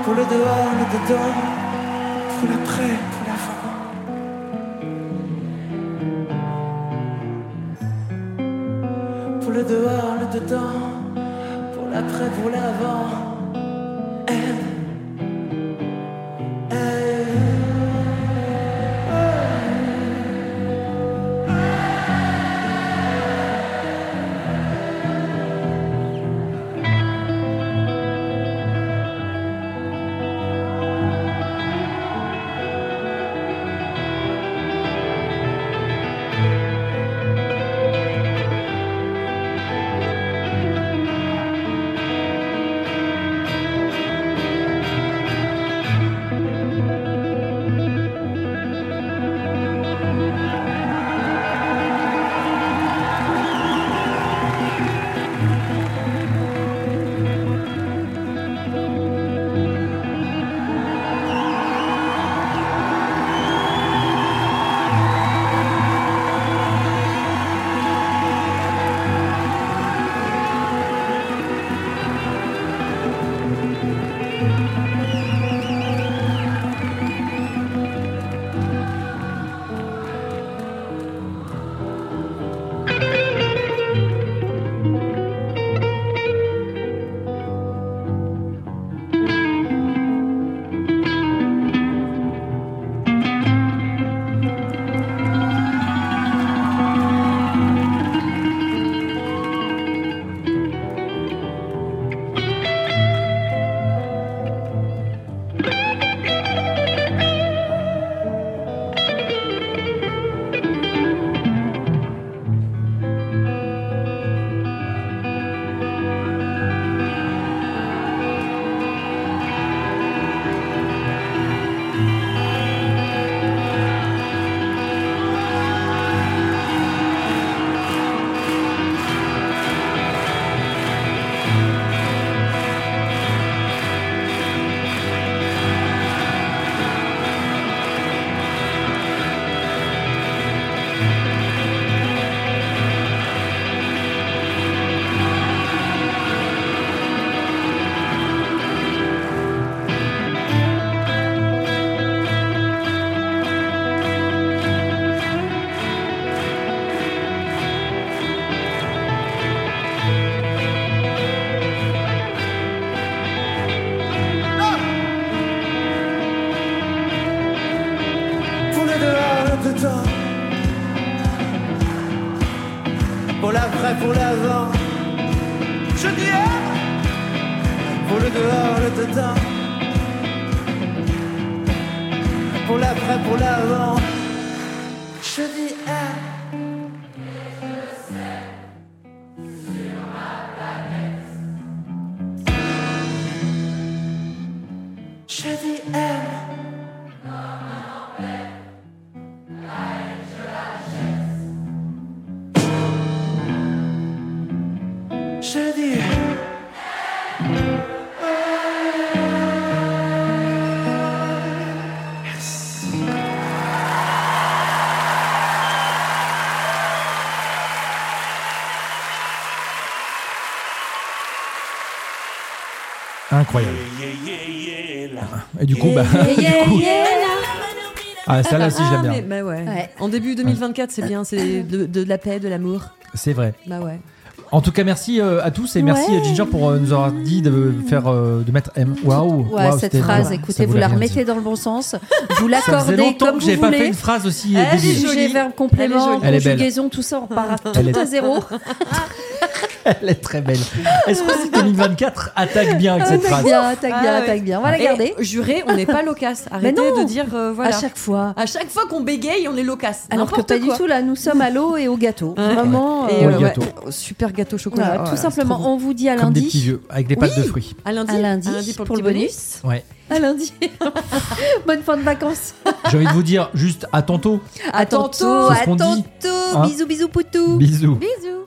Pour le dehors, le dedans, pour l'après, pour l'avant. Pour le dehors, le dedans, pour l'après, pour l'avant. M. M. Thank pour la vraie, pour l'avant. hein. Je dis aime, Pour le dehors, le dedans. Pour l'après, pour l'avant. hein. je dis aime. Je dis hein. aime, Je dis. Incroyable. Et Eh du coup, bah. Yeah, du coup- yeah, là. Ah, celle-là, si, je l'aime Ah, bien. mais- bah ouais. Ouais. En début 2024, c'est bien, c'est de, de la paix, de l'amour. C'est vrai. Bah ouais. En tout cas, merci euh, à tous et merci Ouais. à Ginger pour euh, nous avoir dit de faire euh, de mettre M. Waouh. Ouais, waouh, cette c'était- phrase, ça écoutez, vous l'a la bien remettez dit. dans le bon sens, vous Ça faisait l'accordez longtemps comme que vous j'avais pas fait voulez. une phrase aussi Elle est débile. jolie. Sujet, verbe, complément, Elle est belle. conjugaison, tout ça, on repart à- Elle est- tout à zéro. Elle est très belle. Est-ce que 2024 attaque bien avec Ah, cette Tac phrase bien, tac bien, Ah ouais. tac bien. On va la garder. Et jurez, on n'est pas loquace. Arrêtez non. de dire euh, voilà. À chaque fois. À chaque fois qu'on bégaye, on est loquace. Alors que N'importe pas du quoi. tout, là, nous sommes à l'eau et au gâteau. Vraiment. Et, euh, Au euh, gâteau. ouais, super gâteau chocolat. voilà, Oh là tout là, simplement, c'est trop on vous dit à Comme des petits lundi. vieux, avec des pâtes de Oui. fruits. bon. À lundi, À lundi, à lundi pour, le bonus. Ouais. À lundi. Bonne fin de vacances. J'ai envie de vous dire juste à tantôt. À tantôt. C'est ce À qu'on dit. tantôt. Hein Bisous, bisous, poutou. Bisous. Bisous.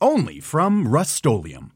Only from Rust-Oleum.